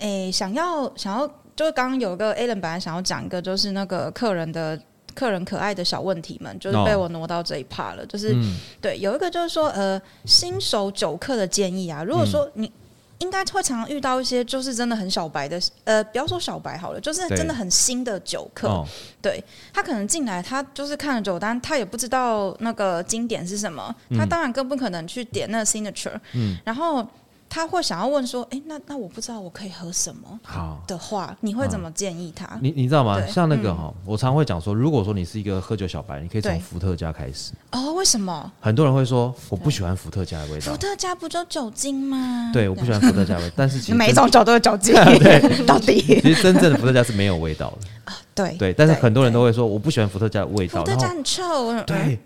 Speaker 1: 哎、想要想要，就是刚刚有个 Alan 本来想要讲一个，就是那个客人的客人可爱的小问题们，就是
Speaker 3: 哦
Speaker 1: 被我挪到这一趴了。就是、
Speaker 3: 嗯
Speaker 1: 对，有一个就是说，呃，新手酒客的建议啊，如果说
Speaker 3: 嗯
Speaker 1: 你。应该会常常遇到一些就是真的很小白的，呃，不要说小白好了，就是
Speaker 3: 对
Speaker 1: 真的很新的酒客，
Speaker 3: 哦，
Speaker 1: 对他可能进来，他就是看了酒单，他也不知道那个经典是什么，他
Speaker 3: 嗯
Speaker 1: 当然更不可能去点那个 signature。
Speaker 3: 嗯，
Speaker 1: 然后他会想要问说：“诶，那那我不知道我可以喝什么
Speaker 3: 好。
Speaker 1: 的话，你会怎么建议他？”
Speaker 3: 你你知道吗？
Speaker 1: 对嗯
Speaker 3: 像那个哈、我常会讲说，如果说你是一个喝酒小白，你可以从
Speaker 1: 对
Speaker 3: 伏特加开始。
Speaker 1: 哦，为什么
Speaker 3: 很多人会说，我不喜欢伏特加的味道
Speaker 1: 伏，特加不就酒精吗？
Speaker 3: 对，我不喜欢伏特加的味道。但是其实
Speaker 1: 每一
Speaker 3: 真
Speaker 1: 种酒都有 酒精， 到底
Speaker 3: 其实真正的伏特加是没有味道 的，
Speaker 1: 对
Speaker 3: 对。但是很多人都
Speaker 1: 会
Speaker 3: 会说，我不喜欢伏特加的味
Speaker 1: 伏
Speaker 3: 道，
Speaker 1: 特
Speaker 3: 然
Speaker 1: 加
Speaker 3: 后
Speaker 1: 很臭，嗯
Speaker 3: 对，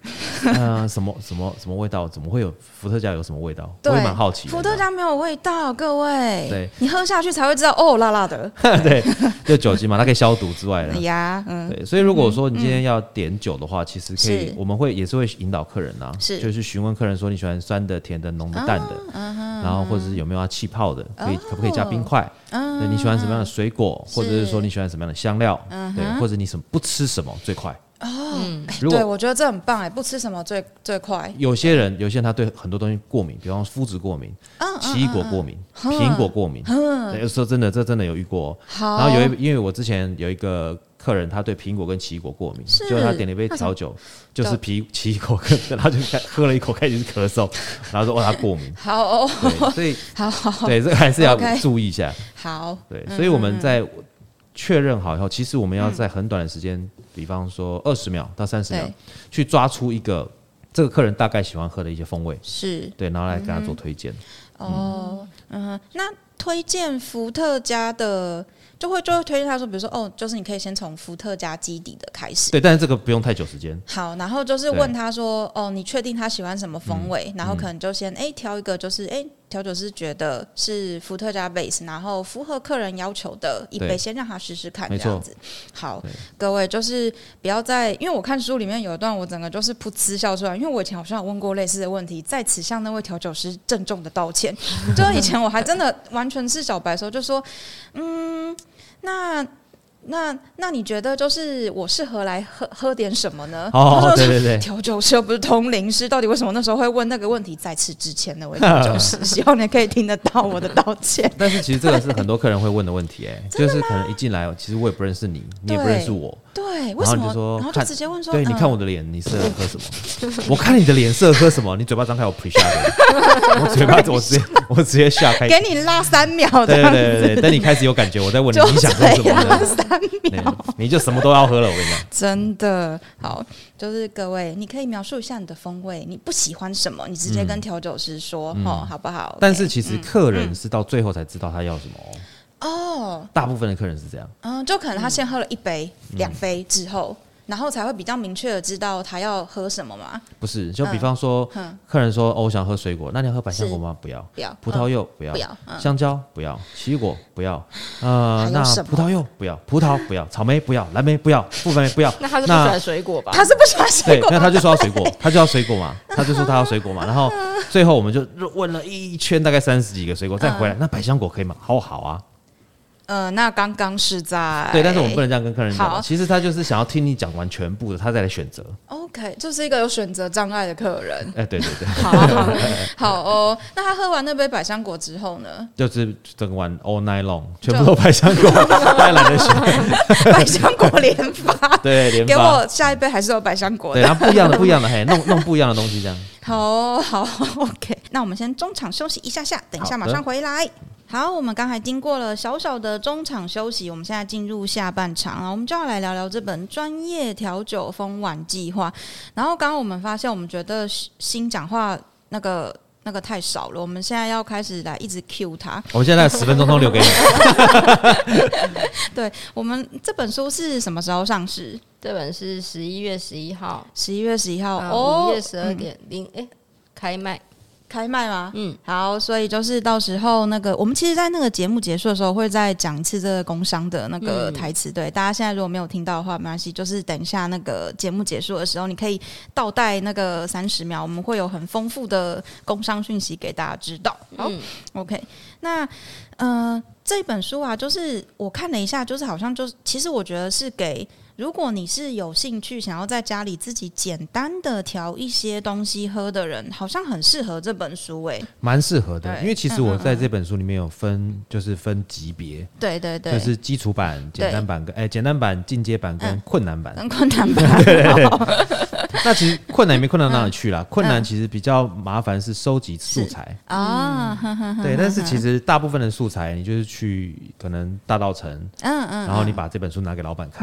Speaker 3: 呃，什么什么什么味道？怎么会有伏特加有什么味道？我
Speaker 1: 对，
Speaker 3: 也蛮好奇的。
Speaker 1: 伏特加没有味道，各位，
Speaker 3: 对，
Speaker 1: 你喝下去才会知道哦，辣辣 的
Speaker 3: 对，就酒精嘛，它可以消毒之外呢。
Speaker 1: 呀，嗯，
Speaker 3: 对，所以如果说你今天要点酒的话，其实可以
Speaker 1: 是，
Speaker 3: 我们会也是会引导客人啊，
Speaker 1: 是哦嗯
Speaker 3: 就是询问客人说你喜欢酸的、甜的、浓的、淡的，然后或者是有没有要气泡的，可以可不可以加冰块？
Speaker 1: 嗯
Speaker 3: 对，你喜欢什么样的水果，或者是说你喜欢什么样的香料？
Speaker 1: 嗯
Speaker 3: 对，或者你什么不吃什么最快？
Speaker 2: 嗯，。
Speaker 3: 如
Speaker 1: 对，
Speaker 3: 果
Speaker 1: 我觉得这很棒哎，不吃什么最最快，
Speaker 3: 有些人，有些人他对很多东西过敏，比方说麸质过敏、
Speaker 1: 嗯
Speaker 3: 奇异果过敏、苹果过敏，对有时候真的这真的有遇过哦。
Speaker 1: 好，
Speaker 3: 然后有一，因为我之前有一个客人，他对苹果跟奇异果过敏，
Speaker 1: 是，
Speaker 3: 结果他点了一杯调酒，就是皮 奇异果跟，然后就开喝了一口，开始咳嗽，然后说哦他过敏
Speaker 1: 好哦，
Speaker 3: 对，所以
Speaker 1: 好好
Speaker 3: 对这个还是要
Speaker 1: OK
Speaker 3: 注意一下，
Speaker 1: 好，
Speaker 3: 对，所以我们在确认好以后，其实我们要在很短的时间，比方说二十秒到三十秒
Speaker 1: 对，
Speaker 3: 去抓出一个这个客人大概喜欢喝的一些风味，
Speaker 1: 是
Speaker 3: 对，然后来给他
Speaker 1: 嗯
Speaker 3: 做推荐。
Speaker 1: 哦，嗯，那推荐伏特加的，就会就会推荐他说，比如说哦，就是你可以先从伏特加基底的开始。
Speaker 3: 对，但是这个不用太久时间，
Speaker 1: 好，然后就是问他说，哦，你确定他喜欢什么风味？
Speaker 3: 嗯
Speaker 1: 然后可能就先哎、挑一个，就是哎调酒师觉得是伏特加 base，然后符合客人要求的一杯，
Speaker 3: 对
Speaker 1: 先让他试试看这
Speaker 3: 没
Speaker 1: 样
Speaker 3: 错
Speaker 1: 子。好
Speaker 3: 对，
Speaker 1: 各位就是不要再，因为我看书里面有一段，我整个就是噗嗤笑出来，因为我以前好像有问过类似的问题，在此向那位调酒师郑重的道歉。就是以前我还真的完全是小白的时候，就说，嗯，那。那那你觉得就是我适合来喝喝点什么呢？
Speaker 3: 哦
Speaker 1: 他说
Speaker 3: 对对对
Speaker 1: 调酒师又不是通灵师，到底为什么那时候会问那个问题？在此之前那位调酒 师，希望你可以听得到我的道歉。
Speaker 3: 但是其实这个是很多客人会问的问题、 哎，就是可能一进来，其实我也不认识你，你也不认识我，
Speaker 1: 对，为
Speaker 3: 然后
Speaker 1: 什
Speaker 3: 你
Speaker 1: 么
Speaker 3: 就？说
Speaker 1: 然后就
Speaker 3: 看
Speaker 1: 直接问说，
Speaker 3: 对，你看
Speaker 1: 嗯
Speaker 3: 我的脸，你适合喝 什么？我看你的脸适合喝什么？你嘴巴张开，我 pre 下的， 我嘴巴我直接我直接下开。
Speaker 1: 给你拉三秒这
Speaker 3: 对
Speaker 1: 样
Speaker 3: 对
Speaker 1: 子，
Speaker 3: 对对对，等你开始有感觉，我再问你
Speaker 1: 就
Speaker 3: 你想喝什
Speaker 1: 这样
Speaker 3: 么，
Speaker 1: 三
Speaker 3: 对
Speaker 1: 秒，
Speaker 3: 你就什么都要喝了。我跟你讲，
Speaker 1: 真的好，就是各位，你可以描述一下你的风味，你不喜欢什么，你直接跟调酒师说，哦，好不好？
Speaker 3: 嗯但
Speaker 1: OK
Speaker 3: 是其实客
Speaker 1: 嗯
Speaker 3: 人是到最后才知道他要什么哦，
Speaker 1: 哦，
Speaker 3: 大部分的客人是这样。
Speaker 1: 嗯，就可能他先喝了一杯、
Speaker 3: 嗯
Speaker 1: 两杯之后，然后才会比较明确的知道他要喝什么嘛。
Speaker 3: 不是，
Speaker 1: 嗯
Speaker 3: 就比方说，客人说：“哦，我想喝水果，那你要喝百香果吗？不要，
Speaker 1: 不要嗯
Speaker 3: 葡萄柚不要，
Speaker 1: 不要嗯
Speaker 3: 香蕉不要，奇异果不要，呃，
Speaker 1: 还有
Speaker 3: 那
Speaker 1: 什么
Speaker 3: 葡萄柚不要，葡萄不要，草莓不要，蓝莓不要，覆盆莓 不要
Speaker 2: 那他是不喜欢水果吧？
Speaker 1: 他是不喜欢水
Speaker 3: 对
Speaker 1: 果，
Speaker 3: 那他就说要水 果，他就要水果嘛，他就说他要水果嘛，然后最后我们就问了一圈，大概三十几个
Speaker 1: 嗯
Speaker 3: 水果，再回来，那百香果可以吗？好好啊，
Speaker 1: 呃，那刚刚是在
Speaker 3: 对，但是我们不能这样跟客人
Speaker 1: 哎好
Speaker 3: 讲，其实他就是想要听你讲完全部的，他再来选择。
Speaker 1: OK，就是一个有选择障碍的客 人。
Speaker 3: 哎，对对对，
Speaker 1: 好好好哦，那他喝完那杯百香果之后呢？
Speaker 3: 就是整晚 all night long，全部都百香果， 他也懒得选。
Speaker 1: 百香果连发，
Speaker 3: 对，连
Speaker 1: 给
Speaker 3: 发
Speaker 1: 我下一杯还是有百香果
Speaker 3: 对，
Speaker 1: 的。
Speaker 3: 然后不一样的，不一样的，嘿，弄弄不一样的东西，这样。
Speaker 1: 好哦好 哦，OK，那我们先中场休息一下下，等一下
Speaker 3: 好的
Speaker 1: 马上回来。好，我们刚才经过了小小的中场休息，我们现在进入下半场啊，我们就要来聊聊这本《专业调酒风晚计划》。然后刚刚我们发现，我们觉得新讲话那个那个太少了，我们现在要开始来一直 cue 他。
Speaker 3: 我们现在十分钟都留 给你，
Speaker 1: 对我们这本书是什么时候上市？
Speaker 2: 这本是十一月十一号，
Speaker 1: 十一月十一号，
Speaker 2: 呃
Speaker 1: 哦，
Speaker 2: 午夜十二
Speaker 1: 嗯
Speaker 2: 点零哎开卖，
Speaker 1: 开卖吗？
Speaker 2: 嗯，
Speaker 1: 好，所以就是到时候那个，我们其实，在那个节目结束的时候，会再讲一次这个工商的那个
Speaker 2: 嗯
Speaker 1: 台词。对，大家现在如果没有听到的话，没关系，就是等一下那个节目结束的时候，你可以倒带那个三十秒，我们会有很丰富的工商讯息给大家知道。好、
Speaker 2: 嗯
Speaker 1: o k 那呃，这本书啊，就是我看了一下，就是好像就是，其实我觉得是给。如果你是有兴趣想要在家里自己简单的调一些东西喝的人，好像很适合这本书诶、
Speaker 3: 蛮适合的。
Speaker 1: 对
Speaker 3: 因为其实我在这本书里面有分，就是分级别，
Speaker 1: 对对对，
Speaker 3: 就是基础版、简单版跟哎简单版、进阶版跟
Speaker 1: 嗯
Speaker 3: 困难版。
Speaker 1: 很困难 吧？
Speaker 3: 那其实困难也没困难到哪里去啦，困难其实比较麻烦嗯是嗯收集素材。
Speaker 1: 啊，哼哼哼
Speaker 3: 对，但是其实大部分的素材，你就是去可能大道城，
Speaker 1: 嗯嗯，
Speaker 3: 然后你把这本书拿给老板 看。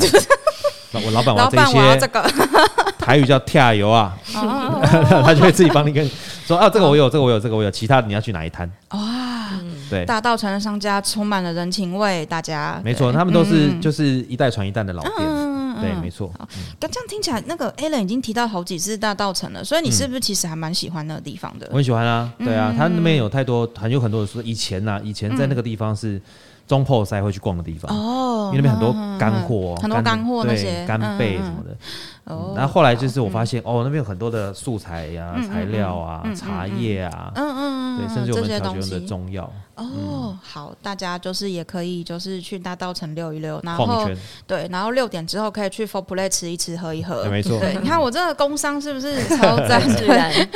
Speaker 3: 那我老板，我要
Speaker 1: 老
Speaker 3: 这
Speaker 1: 板我要这
Speaker 3: 些
Speaker 1: 个，
Speaker 3: 台语叫跳油啊，
Speaker 1: 哦
Speaker 3: 他就会自己帮你跟说啊，这个我有，这个我有，这个我有，其他你要去哪一摊？
Speaker 1: 哇，
Speaker 3: 对，
Speaker 1: 大道城的商家充满了人情味，大家
Speaker 3: 没错，他们都是
Speaker 1: 嗯
Speaker 3: 就是一代传一代的
Speaker 1: 嗯
Speaker 3: 老店，
Speaker 1: 嗯嗯
Speaker 3: 对，
Speaker 1: 嗯
Speaker 3: 没错。
Speaker 1: 刚这样听起来，那个 Alan 已经提到好几次大道城了，所以你是不是其实还蛮喜欢那个地方的
Speaker 3: 嗯我？很喜欢啊，对啊，他那
Speaker 1: 嗯
Speaker 3: 边有太多很有很多的书，以前呐、啊，以前在那个地方是中破赛会去逛的地方。
Speaker 1: 哦
Speaker 3: 因为那边很多干
Speaker 1: 嗯嗯
Speaker 3: 货、
Speaker 1: 嗯很多干货那
Speaker 3: 对
Speaker 1: 些嗯
Speaker 3: 干贝什么的。
Speaker 1: 哦
Speaker 3: 嗯然后后来就是我发现，哦，那边有很多的素材呀、材料啊、茶叶啊，
Speaker 1: 嗯嗯嗯，
Speaker 3: 对，
Speaker 1: 嗯
Speaker 3: 甚至我
Speaker 1: 这
Speaker 3: 们
Speaker 1: 些
Speaker 3: 小
Speaker 1: 东
Speaker 3: 学用的嗯
Speaker 1: 西
Speaker 3: 中药
Speaker 1: 哦，好，大家就是也可以就是去大道城溜一溜，然
Speaker 3: 晃一
Speaker 1: 后
Speaker 3: 圈，
Speaker 1: 对，然后六点之后可以去 Four Play 吃一吃喝一喝
Speaker 3: 对，。没错。
Speaker 1: 对，你看我这个工商是不是超 赞？
Speaker 2: 嗯自然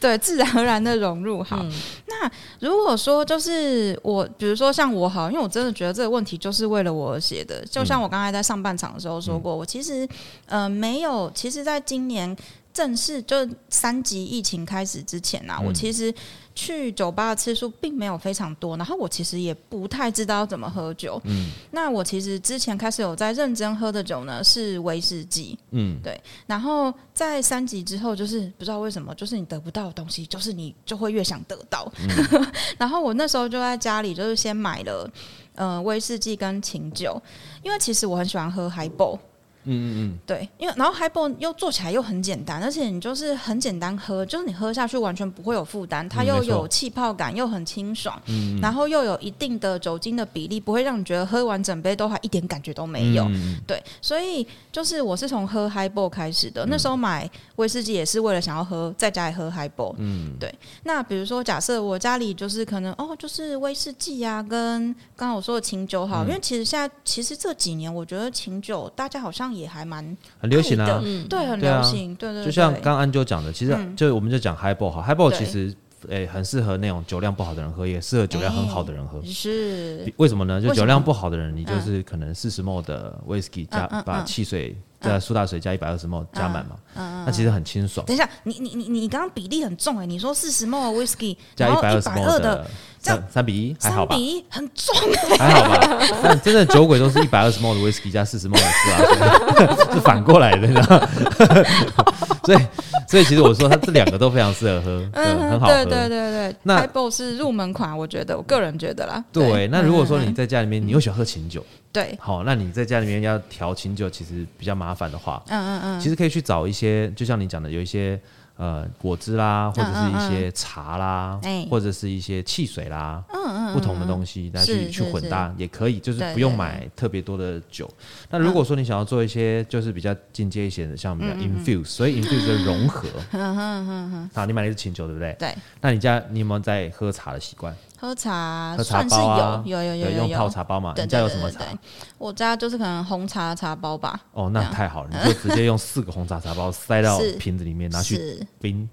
Speaker 1: 对，自然而然的融入好。
Speaker 3: 嗯
Speaker 1: 那如果说就是我，比如说像我好，因为我真的觉得这个问题就是为了我而写的。就
Speaker 3: 嗯
Speaker 1: 像我刚才在上半场的时候说过，我其实呃没有，其实在今年正式就三级疫情开始之前啊，
Speaker 3: 嗯
Speaker 1: 我其实去酒吧的次数并没有非常多，然后我其实也不太知道怎么喝酒。
Speaker 3: 嗯
Speaker 1: 那我其实之前开始有在认真喝的酒呢是威士忌，
Speaker 3: 嗯，
Speaker 1: 然后在三级之后，就是不知道为什么，就是你得不到的东西，就是你就会越想得到。
Speaker 3: 嗯
Speaker 1: 然后我那时候就在家里，就是先买了呃威士忌跟琴酒，因为其实我很喜欢喝 highball。
Speaker 3: 嗯嗯
Speaker 1: 对，因为然后 highball 又做起来又很简单，而且你就是很简单喝，就是你喝下去完全不会有负担，它
Speaker 3: 嗯
Speaker 1: 又
Speaker 3: 没错
Speaker 1: 有气泡感，又很清爽，
Speaker 3: 嗯
Speaker 1: 然后又有一定的酒精的比例，不会让你觉得喝完整杯都还一点感觉都没有。
Speaker 3: 嗯嗯
Speaker 1: 对，所以就是我是从喝 highball 开始的，那时候买威士忌也是为了想要喝，在家里喝 highball。
Speaker 3: 嗯
Speaker 1: 对，那比如说假设我家里就是可能哦，就是威士忌啊，跟刚刚我说的琴酒
Speaker 3: 嗯
Speaker 1: 好，因为其实现在其实这几年我觉得琴酒大家好像也还蛮
Speaker 3: 很流行啊
Speaker 1: 爱的。
Speaker 2: 嗯
Speaker 1: 对，很
Speaker 3: 对啊
Speaker 1: 流行，对嗯对对，
Speaker 3: 就像刚刚安啾讲的，其实
Speaker 1: 嗯
Speaker 3: 就我们就讲 highball 好，highball
Speaker 1: 对
Speaker 3: 其实诶很适合那种酒量不好的人喝，也适合酒量很好的人喝。
Speaker 1: 是
Speaker 3: 比为什么呢？就
Speaker 1: 哎为什
Speaker 3: 酒
Speaker 1: 么嗯
Speaker 3: 量不好的人，你就是可能四十 ml 的 whisky 加
Speaker 1: 嗯嗯
Speaker 3: 把
Speaker 1: 嗯
Speaker 3: 汽水加苏打水加一百二十 ml 加满嘛，那其实很清爽。
Speaker 1: 等一下，你你你你刚刚比例很重哎、你说四十 ml whisky，
Speaker 3: 加
Speaker 1: 然后
Speaker 3: 一百
Speaker 1: 一
Speaker 3: 二十
Speaker 1: 百
Speaker 3: ml
Speaker 1: 二的这样
Speaker 3: 三三比一，还好
Speaker 1: 三
Speaker 3: 吧
Speaker 1: 比？一，很重
Speaker 3: 还好吧？但真的酒鬼都是一百二十 ml 的 whisky 加四十 ml 的苏打 水，是反过来的，你知道吗？ 所以，所以其实我说它这两个都非常适合喝，对
Speaker 1: 嗯，
Speaker 3: 很好
Speaker 1: 对对对
Speaker 3: 喝。
Speaker 1: 对
Speaker 3: 那
Speaker 1: h i g h b a l l 是入门款，我觉得，我个人觉得啦。
Speaker 3: 对，那如果说
Speaker 1: 嗯
Speaker 3: 你
Speaker 1: 嗯嗯
Speaker 3: 在家里面，你又喜欢喝琴酒，
Speaker 1: 对，
Speaker 3: 好，那你在家里面要调琴酒，其实比较麻烦的话，
Speaker 1: 嗯嗯嗯，
Speaker 3: 其实可以去找一些，就像你讲的，有一些呃果汁啦，或者是一些茶啦，
Speaker 1: 嗯哎
Speaker 3: 或者是一些汽水啦，
Speaker 1: 嗯嗯，
Speaker 3: 不同的东西来去
Speaker 1: 是
Speaker 3: 去
Speaker 1: 是
Speaker 3: 混搭也可以，就是
Speaker 1: 对
Speaker 3: 不用
Speaker 1: 对嗯
Speaker 3: 买特别多的酒。那如果说你想要做一些就是比较进阶一些的，像我们叫 infuse，所以 infuse 的融合，
Speaker 1: 嗯
Speaker 3: 好，你买了一支琴酒，对不对？
Speaker 1: 对，
Speaker 3: 那你家你有没有在喝茶的习惯？
Speaker 1: 喝茶
Speaker 3: 喝茶
Speaker 1: 算是
Speaker 3: 包啊，
Speaker 1: 有有有有
Speaker 3: 对
Speaker 1: 有
Speaker 3: 用泡
Speaker 1: 有。
Speaker 3: 茶包嘛？
Speaker 1: 对
Speaker 3: 你
Speaker 1: 对
Speaker 3: 家有
Speaker 1: 对
Speaker 3: 什么
Speaker 1: 对
Speaker 3: 茶？
Speaker 1: 我家就是可能红茶茶包吧，
Speaker 3: 哦，那太好了，你就直接用四个红茶茶包塞到
Speaker 1: 是
Speaker 3: 瓶子里面，拿去
Speaker 1: 是
Speaker 3: 冰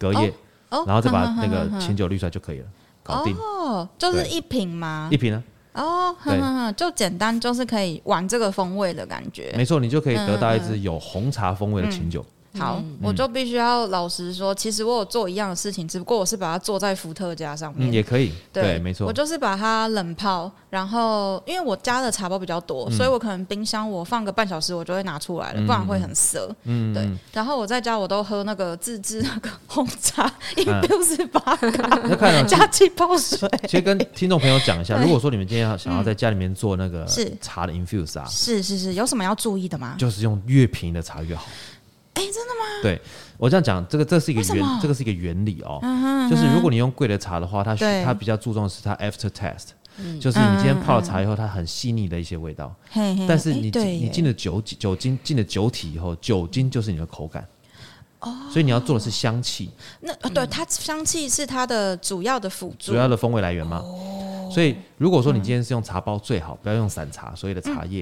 Speaker 3: 隔夜，
Speaker 1: 哦，
Speaker 3: 然后再把
Speaker 1: 哼
Speaker 3: 那
Speaker 1: 哼
Speaker 3: 个
Speaker 1: 哼哼
Speaker 3: 清酒滤出来就可以了，搞定
Speaker 1: 哦，就是
Speaker 3: 对
Speaker 1: 一瓶嘛
Speaker 3: 一，瓶啊呢。
Speaker 1: 哦，
Speaker 3: 对
Speaker 1: 哼哼哼，就简单，就是可以玩这个风味的感觉。
Speaker 3: 没错，你就可以
Speaker 1: 嗯
Speaker 3: 得到一支有红茶风味的清酒。
Speaker 1: 好，
Speaker 3: 嗯
Speaker 1: 我就必须要老实说，其实我有做一样的事情，只不过我是把它做在伏特加上面
Speaker 3: 嗯，，也可以，对，没错
Speaker 1: 我，就是把它冷泡，然后因为我加的茶包比较
Speaker 3: 嗯
Speaker 1: 多，所以我可能冰箱我放个半小时，我就会拿出来了，不然会很涩。
Speaker 3: 嗯，
Speaker 1: 对
Speaker 3: 嗯，
Speaker 1: 然后我在家我都喝那个自制那个红茶，一六十八卡
Speaker 3: 嗯那看了
Speaker 1: 加气泡 水，
Speaker 3: 其实跟听众朋友讲一 下，
Speaker 1: 对嗯
Speaker 3: 如果说你们今天要想要在家里面做那个
Speaker 1: 是
Speaker 3: 茶的 infuse 啊，
Speaker 1: 是是是，有什么要注意的吗？
Speaker 3: 就是用越平的茶越好。
Speaker 1: 哎，真的吗？
Speaker 3: 对我这样讲，这个这是一个
Speaker 1: 为什
Speaker 3: 原
Speaker 1: 么，嗯
Speaker 3: 这个是一个原理哦。就是如果你用贵的茶的话，它需
Speaker 1: 对嗯
Speaker 3: 它比较注重是它 after test，就是你今天泡了茶以后，它很细腻的一些味道。
Speaker 1: 嘿嘿，
Speaker 3: 但是
Speaker 1: 哎
Speaker 3: 你进
Speaker 1: 对
Speaker 3: 你
Speaker 1: 耶
Speaker 3: 进了酒精酒精进了酒体以后，酒精就是你的口感。
Speaker 1: 哦
Speaker 3: 所以你要做的是香气，嗯
Speaker 1: 那呃对它香气是它的主要的辅助，哦
Speaker 3: 主要的风味来源嘛。所以如果说你今天是用茶包，最好不要用散茶，所谓的茶
Speaker 1: 嗯
Speaker 3: 叶，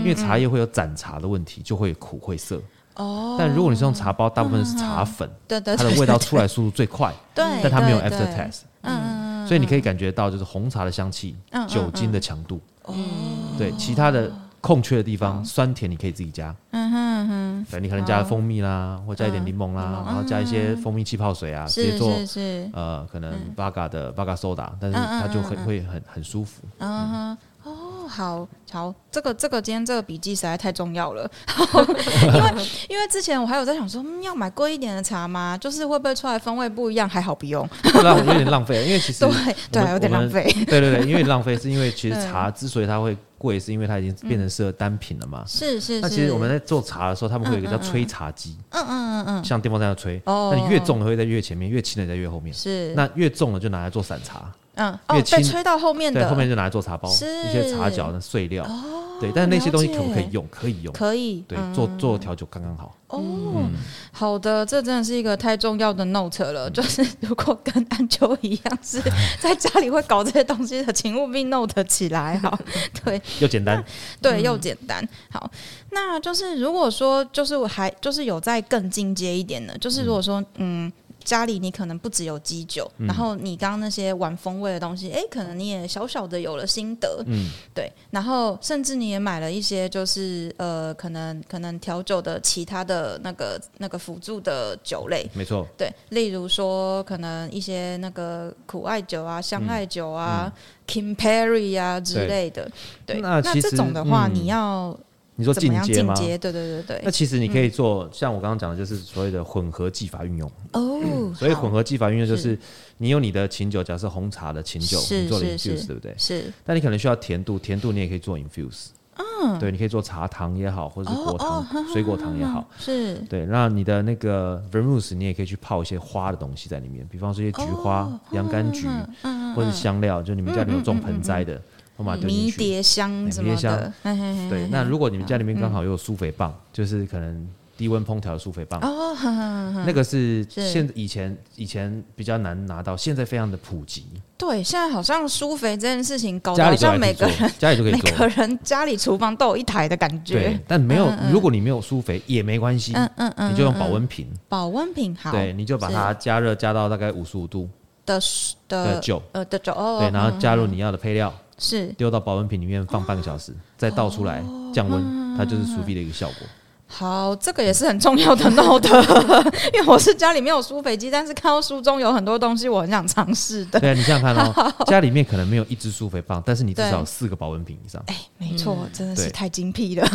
Speaker 3: 因为茶叶会有斩茶的问题，就会苦会涩。
Speaker 1: 哦，
Speaker 3: 但如果你是用茶包，大部分是茶粉，
Speaker 1: 对对，
Speaker 3: 它的
Speaker 1: 对
Speaker 3: 味道出来速度最快，
Speaker 1: 对，
Speaker 3: 但它没有
Speaker 1: 对
Speaker 3: after
Speaker 1: 对
Speaker 3: taste，
Speaker 1: 嗯，
Speaker 3: 所以你可以感觉到就是红茶的香气
Speaker 1: 嗯嗯、嗯哦
Speaker 3: 酒精的强度，
Speaker 2: 嗯
Speaker 3: 对，其他的空缺的地方，酸甜你可以自己加，
Speaker 1: 嗯哼哼，
Speaker 3: 对，你可能加蜂蜜啦，
Speaker 1: 嗯
Speaker 3: 或加一点柠檬啦，然后加一些蜂蜜气泡水啊，直接
Speaker 1: 是
Speaker 3: 做
Speaker 1: 是是，
Speaker 3: 呃，可能 Vaga 的 Vaga Soda，但是
Speaker 1: 嗯嗯
Speaker 3: 它就
Speaker 1: 嗯
Speaker 3: 很
Speaker 1: 嗯
Speaker 3: 会很很舒服。
Speaker 1: 嗯哼。哦，好好，这个这个今天这个笔记实在太重要了， 因为因为之前我还有在想说，嗯要买贵一点的茶吗？就是会不会出来风味不一样？还好不用，
Speaker 3: 浪有点浪费，因为其实
Speaker 1: 对
Speaker 3: 我
Speaker 1: 对，
Speaker 3: 们
Speaker 1: 有点浪。
Speaker 3: 我
Speaker 1: 费，嗯
Speaker 3: 们对对对，因为浪费是因为其实
Speaker 1: 对
Speaker 3: 茶之所以它会贵，是因为它已
Speaker 1: 嗯
Speaker 3: 经变成适合单品了嘛。
Speaker 1: 是是
Speaker 3: 那
Speaker 1: 是。
Speaker 3: 其实我们在做茶的时候，他们会有一个叫吹茶机，
Speaker 1: 嗯嗯嗯嗯，
Speaker 3: 像电风扇要吹，
Speaker 1: 哦
Speaker 3: 那你越重的会在越前面，越轻的在越后面。
Speaker 1: 是
Speaker 3: 那越重的就拿来做散茶，
Speaker 1: 嗯哦，
Speaker 3: 越轻
Speaker 1: 被吹到后面
Speaker 3: 对，
Speaker 1: 的
Speaker 3: 后面就拿来做茶包，
Speaker 1: 是哦
Speaker 3: 一些茶角的碎料，对。但是那些东西可不可以用？可以用，
Speaker 1: 可以
Speaker 3: 对，嗯
Speaker 1: 嗯
Speaker 3: 做做调酒刚刚好。
Speaker 1: 哦，好的，这真的是一个太重要的 note 了。
Speaker 3: 嗯
Speaker 1: 就是如果跟安秋一样是在家里会搞这些东西的，请务必 note 起来 好，对，
Speaker 3: 又简单，
Speaker 1: 对，又简单。好，那就是如果说，就是我还就是有再更进阶一点的，就是如果说，嗯。家里你可能不只有基酒，
Speaker 3: 嗯
Speaker 1: 然后你刚刚那些玩风味的东西，诶，可能你也小小的有了心得，
Speaker 3: 嗯，
Speaker 1: 对，然后甚至你也买了一些，就是呃，可能可能调酒的其他的那个那个辅助的酒类，
Speaker 3: 没错，
Speaker 1: 对，例如说可能一些那个苦艾酒啊、香艾酒啊、Kim Perry 啊之类的，对。
Speaker 3: 嗯那其实
Speaker 1: 这种的话，
Speaker 3: 嗯
Speaker 1: 你要
Speaker 3: 你说
Speaker 1: 怎么
Speaker 3: 进
Speaker 1: 样
Speaker 3: 阶
Speaker 1: 进
Speaker 3: 吗？
Speaker 1: 阶？对对对嗯
Speaker 3: 那
Speaker 1: 对，
Speaker 3: 其实你可以做，像我刚刚讲的，就是所谓的混合技法运用。
Speaker 1: 哦，
Speaker 3: 嗯所以
Speaker 1: 好
Speaker 3: 混合技法运用就是是你有你的琴酒，假设红茶的琴酒，
Speaker 1: 是
Speaker 3: 你做了
Speaker 1: 是是
Speaker 3: infuse，对不对？
Speaker 1: 是
Speaker 3: 但你可能需要甜度，甜度你也可以做 infuse。嗯，对，你可以做茶糖也好，或者是
Speaker 1: 哦
Speaker 3: 果糖、水果糖也好。
Speaker 1: 是
Speaker 3: 对，那你的那个 vermouth 你也可以去泡一些花的东西在里面，比方说一些菊花、
Speaker 1: 哦
Speaker 3: 洋甘
Speaker 1: 嗯
Speaker 3: 菊，或者是香料，就你们家里有种盆栽的，我把它丢进
Speaker 1: 迷
Speaker 3: 去。
Speaker 1: 迭香
Speaker 3: 哎
Speaker 1: 什么
Speaker 3: 迷迭香
Speaker 1: 的，嘿嘿嘿
Speaker 3: 对，那如果你们家里面刚好有苏肥棒，就是可能低温烹调的苏肥棒，
Speaker 1: 哦，哼哼哼
Speaker 3: 那个是
Speaker 1: 是
Speaker 3: 现以前以前比较难拿到，现在非常的普及，
Speaker 1: 对，现在好像疏肥这件事情搞得
Speaker 3: 家
Speaker 1: 好
Speaker 3: 里就
Speaker 1: 像
Speaker 3: 还可
Speaker 1: 每
Speaker 3: 以
Speaker 1: 个
Speaker 3: 做
Speaker 1: 人，
Speaker 3: 家里就可以
Speaker 1: 每个
Speaker 3: 做。
Speaker 1: 人家里厨房都有一台的感
Speaker 3: 对
Speaker 1: 觉，，
Speaker 3: 但没有，如果你没有苏肥也没关系，
Speaker 1: 嗯嗯嗯，
Speaker 3: 你就用保
Speaker 1: 嗯
Speaker 3: 温瓶，
Speaker 1: 保温瓶好
Speaker 3: 对，你就把它加热加到大概五十五度
Speaker 1: 的水
Speaker 3: 的
Speaker 1: 的
Speaker 3: 酒，
Speaker 1: 呃的酒，哦
Speaker 3: 对，然后
Speaker 1: 嗯哦
Speaker 3: 加入你要的配料，
Speaker 1: 是
Speaker 3: 丢到保温瓶里面放半个小时，再倒出来降
Speaker 1: 哦
Speaker 3: 温，它就是苏肥的一个效果。
Speaker 1: 嗯好，这个也是很重要的 note，因为我是家里没有苏肥机，但是看到书中有很多东西我很想尝试的。
Speaker 3: 对啊，你想想看 哦，家里面可能没有一支苏肥棒，但是你至
Speaker 1: 对
Speaker 3: 少有四个保温瓶以上，
Speaker 1: 哎， 没错，真的是
Speaker 3: 对
Speaker 1: 太精辟了，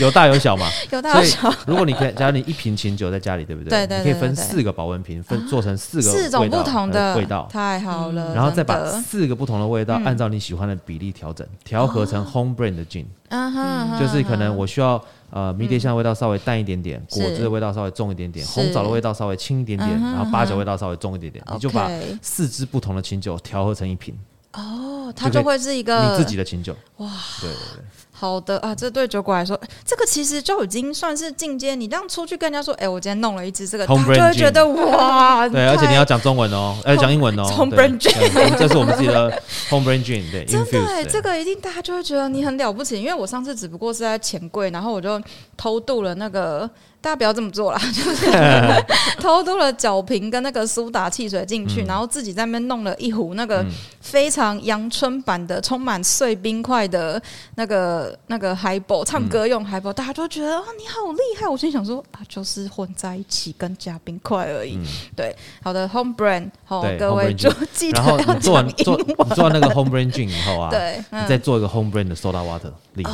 Speaker 3: 有大有小嘛。
Speaker 1: 有哎大
Speaker 3: 所
Speaker 1: 有
Speaker 3: 以
Speaker 1: 小，
Speaker 3: 如果你可以，假如你一瓶琴酒在家里，对不对？
Speaker 1: 对对
Speaker 3: 你可以
Speaker 1: 对
Speaker 3: 分
Speaker 1: 对对
Speaker 3: 四个保温瓶，分做成四个
Speaker 1: 四种
Speaker 3: 味道
Speaker 1: 不同
Speaker 3: 呃
Speaker 1: 的
Speaker 3: 味道，
Speaker 1: 太好了。
Speaker 3: 然后再
Speaker 1: 呃真
Speaker 3: 把
Speaker 1: 的嗯
Speaker 3: 四个不同的味道按照你喜欢的比例调整，调和成 home brand 的 gin，
Speaker 1: 哦嗯哼，
Speaker 3: 就是可能我需要呃迷迭香的味道稍微淡一点点，果汁的味道稍微重一点点，
Speaker 1: 是嗯
Speaker 3: 红枣的味道稍微轻一点点，然后八角味道稍微重一点点，你就把
Speaker 1: OK
Speaker 3: 四支不同的琴酒调和成一瓶
Speaker 1: 哦，它
Speaker 3: 就可
Speaker 1: 就
Speaker 3: 以
Speaker 1: 会是一个
Speaker 3: 你自己的琴酒。哇，对对对。
Speaker 1: 好的啊，这对酒鬼来说，这个其实就已经算是进阶。你这样出去跟人家说，哎，我今天弄了一支这个，他
Speaker 3: Home
Speaker 1: 就会
Speaker 3: brand
Speaker 1: 觉得哇，
Speaker 3: 对，而且你
Speaker 1: 太
Speaker 3: 要讲中文哦，要讲英文哦。
Speaker 1: Home
Speaker 3: 对
Speaker 1: brand
Speaker 3: 对我们这是我们自己的 home brand gin，对
Speaker 1: 真的
Speaker 3: ，infuse
Speaker 1: 哎，
Speaker 3: 对
Speaker 1: 这个一定大家就会觉得你很了不起，因为我上次只不过是在钱柜，然后我就偷渡了那个，大家不要这么做啦， 就是 偷渡了酒瓶跟那个苏打汽水进
Speaker 3: 嗯
Speaker 1: 去，然后自己在那边弄了一壶那个非常阳春版的、充满碎冰块的那个那个 highball，唱歌用 highball，、大家都觉得啊你好厉害，我心想说啊就是混在一起跟加冰块而已，对，好的 home brand，好
Speaker 3: 嗯对
Speaker 1: 各
Speaker 3: home
Speaker 1: 位
Speaker 3: brand
Speaker 1: 就记得
Speaker 3: 然后
Speaker 1: 要
Speaker 3: 你做完
Speaker 1: 讲英
Speaker 3: 做
Speaker 1: 文，
Speaker 3: 你做完那个 home brand gin 以后 啊，
Speaker 1: 对，嗯哦
Speaker 3: 你再做一个 home brand 的 soda water，厉害。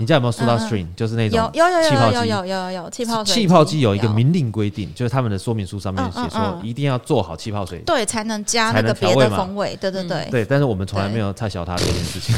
Speaker 3: 你家有没有 soda stream？就是那
Speaker 1: 嗯有
Speaker 3: 种
Speaker 1: 有有
Speaker 3: 气
Speaker 1: 有
Speaker 3: 泡
Speaker 1: 有
Speaker 3: 机。
Speaker 1: 有有有气泡水
Speaker 3: 气泡机有一个
Speaker 1: 有
Speaker 3: 明令规定，就是他们的说明书上面写
Speaker 1: 嗯嗯
Speaker 3: 说
Speaker 1: 嗯
Speaker 3: 一定要做好气泡水。
Speaker 1: 对才能加那
Speaker 3: 才
Speaker 1: 个
Speaker 3: 能
Speaker 1: 别
Speaker 3: 调
Speaker 1: 的
Speaker 3: 味嘛
Speaker 1: 风味，对对对，
Speaker 3: 对，但是我们从来没有太小它这件事 情。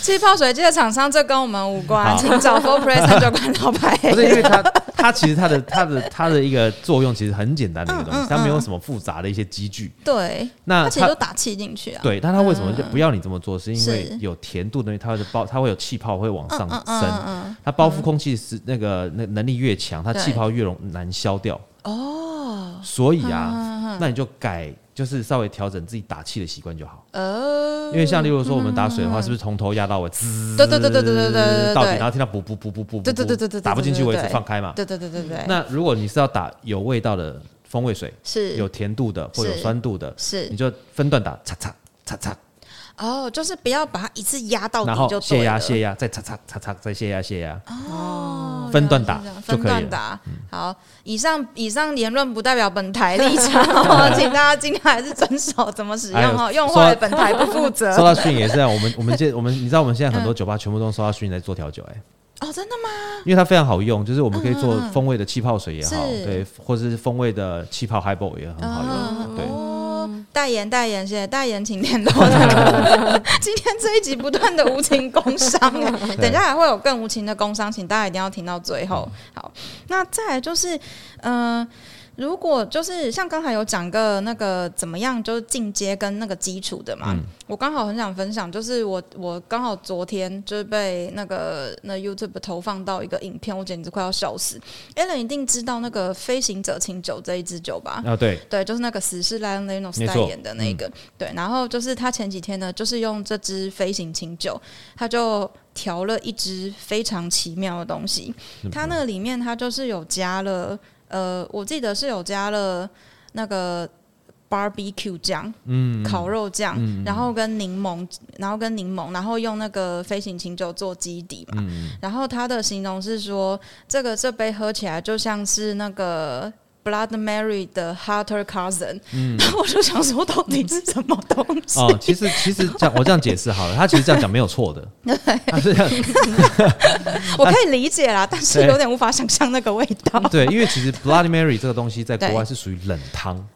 Speaker 1: 气泡水机的厂商这跟我们无关，
Speaker 3: 好
Speaker 1: 请 找 Four Press 三九馆老牌。
Speaker 3: 不是因为它，它其实它的它的它的一个作用其实很简单的一个东
Speaker 1: 嗯嗯
Speaker 3: 西，它没有
Speaker 1: 嗯
Speaker 3: 什么复杂的一些机具。
Speaker 1: 对，
Speaker 3: 那
Speaker 1: 它其实都打气进去啊。
Speaker 3: 对，但它为什么就不要你这么做？是因为
Speaker 1: 是
Speaker 3: 有甜度的东西，它会包，它会有气泡会往上
Speaker 1: 嗯嗯嗯
Speaker 3: 升，
Speaker 1: 嗯，
Speaker 3: 它包覆空气是那个那能力越强，它
Speaker 1: 对嗯
Speaker 3: 气泡越容难消掉。哦，所以啊，那你就改，就是稍微调整自己打气的习惯就好。
Speaker 1: 呃
Speaker 3: 因为像例如说我们打水的话，是不是从头压到尾，滋，
Speaker 1: 嗯对对对对对对对对对
Speaker 3: 到底，然后听到补补补补补，
Speaker 1: 对对对对对对
Speaker 3: 打不进去为止
Speaker 1: 对对对
Speaker 3: 放开嘛。
Speaker 1: 对对对对对，
Speaker 3: 那如果你是要打有味道的风味水，
Speaker 1: 是
Speaker 3: 有甜度的或有
Speaker 1: 是
Speaker 3: 酸度的，
Speaker 1: 是
Speaker 3: 你就分段打，嚓嚓嚓嚓，
Speaker 1: 哦，就是不要把它一次压到
Speaker 3: 然
Speaker 1: 底就
Speaker 3: 后
Speaker 1: 对
Speaker 3: 泄压
Speaker 1: 了。
Speaker 3: 泄压，再嚓嚓嚓嚓，再泄压 泄压。
Speaker 1: 哦，
Speaker 3: 分段打
Speaker 1: 原来是这样
Speaker 3: 就可以
Speaker 1: 分段
Speaker 3: 了嗯
Speaker 1: 打。好，以上以上言论不代表本台立场， 哦，请大家今天还是遵守怎么使用
Speaker 3: 哎呦
Speaker 1: 哦，用
Speaker 3: 说
Speaker 1: 坏
Speaker 3: 到
Speaker 1: 本台不负责。
Speaker 3: 收到讯也是啊，我们我们现我们你知道我们现
Speaker 1: 嗯
Speaker 3: 在很多酒吧全部都用收到讯来做调酒，哎，
Speaker 1: 哦，真的吗？
Speaker 3: 因为它非常好用，就是我们可以做风味的气泡水也好，
Speaker 1: 是
Speaker 3: 对，或者是风味的气泡 highball 也很好用。
Speaker 1: 嗯
Speaker 3: 对
Speaker 1: 哦，代言代言，谢谢代言，请联络那个。今天这一集不断的无情工伤，哎等一下还会有更无情的工伤，请大家一定要听到最后。好，那再来就是，嗯、如果就是像刚才有讲个那个怎么样，就是进阶跟那个基础的嘛，
Speaker 3: 嗯
Speaker 1: 我刚好很想分享，就是我我刚好昨天就是被那个那 YouTube 投放到一个影片，我简直快要笑死。Alan 一定知道那个《飞行者清酒》这一支酒吧？
Speaker 3: 啊，对，
Speaker 1: 对，就是那个死侍 Lion Reynolds
Speaker 3: 没
Speaker 1: 代
Speaker 3: 错嗯
Speaker 1: 言的那个，对。然后就是他前几天呢，就是用这支飞行清酒，他就调了一支非常奇妙的东西。
Speaker 3: 嗯
Speaker 1: 它那里面它就是有加了，呃，我记得是有加了那个 barbecue 酱，
Speaker 3: 嗯，
Speaker 1: 烤肉酱，然后跟柠檬，然后跟柠檬，然后用那个飞行清酒做基底嘛。
Speaker 3: 嗯
Speaker 1: 然后他的形容是说，这个这杯喝起来就像是那个。Blood Mary 的 Hotter Cousin，、然 后我就想说，到底是什么东西？
Speaker 3: 嗯哦，其实其实这样我这样解释好了，他其实这样讲没有 错的，他是这样
Speaker 1: 我可以理解啦，但是
Speaker 3: 对嗯
Speaker 1: 有点无法想象那个味道。
Speaker 3: 对，因为其实 Bloody Mary 这个东西在国
Speaker 1: 对
Speaker 3: 外是属于冷汤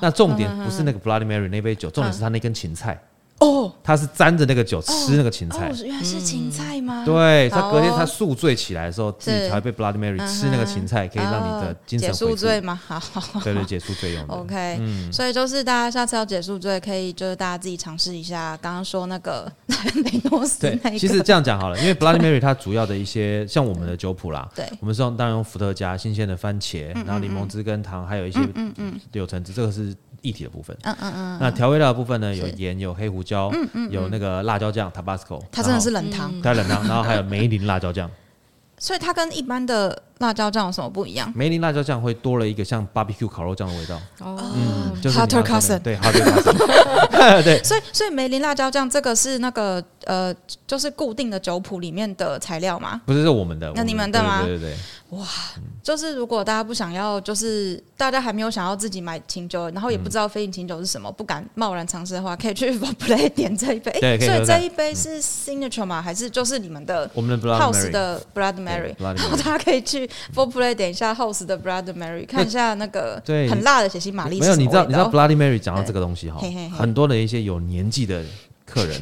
Speaker 3: 那重点
Speaker 1: 嗯
Speaker 3: 不是那个 Bloody Mary 那杯酒，重点是它那根芹菜，
Speaker 1: 哦，
Speaker 3: 它是沾着那个酒吃那个芹菜
Speaker 1: 哦，，原来是芹菜吗？
Speaker 3: 嗯对，啊它
Speaker 1: 好
Speaker 3: 隔天
Speaker 1: 哦嗯
Speaker 3: 它宿醉起来的时候，自己
Speaker 1: 是
Speaker 3: 才会被 Bloody Mary 吃那个芹菜，可以让你的
Speaker 1: 哦
Speaker 3: 精
Speaker 1: 解
Speaker 3: 神恢
Speaker 1: 宿
Speaker 3: 复。
Speaker 1: 醉吗？好好好，
Speaker 3: 对对，解宿醉用 的。
Speaker 1: OK，、所
Speaker 3: 嗯
Speaker 1: 以就是大家下次要结束罪，可以就是大家自己尝试一下刚刚说那个 雷诺斯
Speaker 3: 对
Speaker 1: 那，一个，
Speaker 3: 其实这样讲好了，因为 Bloody Mary 它主要的一些像我们的酒谱啦，
Speaker 1: 对嗯
Speaker 3: 我们是用当然用伏特加、新鲜的番茄，然后柠檬汁跟糖，还有一些柳橙汁，这个是液体的部分。嗯嗯嗯。那调味料的部分呢，有盐、有黑胡椒、
Speaker 1: 嗯
Speaker 3: 有那个辣椒酱 Tabasco，
Speaker 1: 它哦真的是冷汤，
Speaker 3: 它冷汤，然后还有梅林辣椒酱。
Speaker 1: 所以它跟一般的辣椒酱有什么不一样？
Speaker 3: 梅林辣椒酱会多了一个像 barbecue 烤肉酱的味道，
Speaker 2: 哦，
Speaker 3: 嗯，就是
Speaker 1: Hotter
Speaker 3: 你要上
Speaker 1: Cousin
Speaker 3: 面对 hotter cousin，对，
Speaker 1: 所以所以梅林辣椒酱这个是那个呃，就是固定的酒谱里面的材料嘛。
Speaker 3: 不是是我们的，
Speaker 1: 那
Speaker 3: 我
Speaker 1: 你们的吗
Speaker 3: 对对对
Speaker 1: 就是如果大家不想要，就是大家还没有想要自己买清酒，然后也不
Speaker 3: 嗯
Speaker 1: 知道飞行清酒是什么，不敢贸然尝试的话，可以去 v o p l a y 点这一杯。诶
Speaker 3: 对可以
Speaker 1: 所以
Speaker 3: 喝喝看
Speaker 1: 这一杯是 signature 吗？还是就是你们的
Speaker 3: 我们的 Bloody
Speaker 1: House
Speaker 3: Mary
Speaker 1: 的 Blood
Speaker 3: 对
Speaker 1: Mary？
Speaker 3: Bloody
Speaker 1: 然后
Speaker 3: Mary
Speaker 1: 大家可以去 Full Play 点一下 House 的 Blood Mary，看一下那个
Speaker 3: 对
Speaker 1: 很辣的血腥玛丽是
Speaker 3: 没有，
Speaker 1: 什么
Speaker 3: 你
Speaker 1: 味
Speaker 3: 知道
Speaker 1: 道。
Speaker 3: 你知道 Bloody Mary 讲到这个东西哈
Speaker 1: 嘿嘿嘿，
Speaker 3: 很多的一些有年纪的客 人，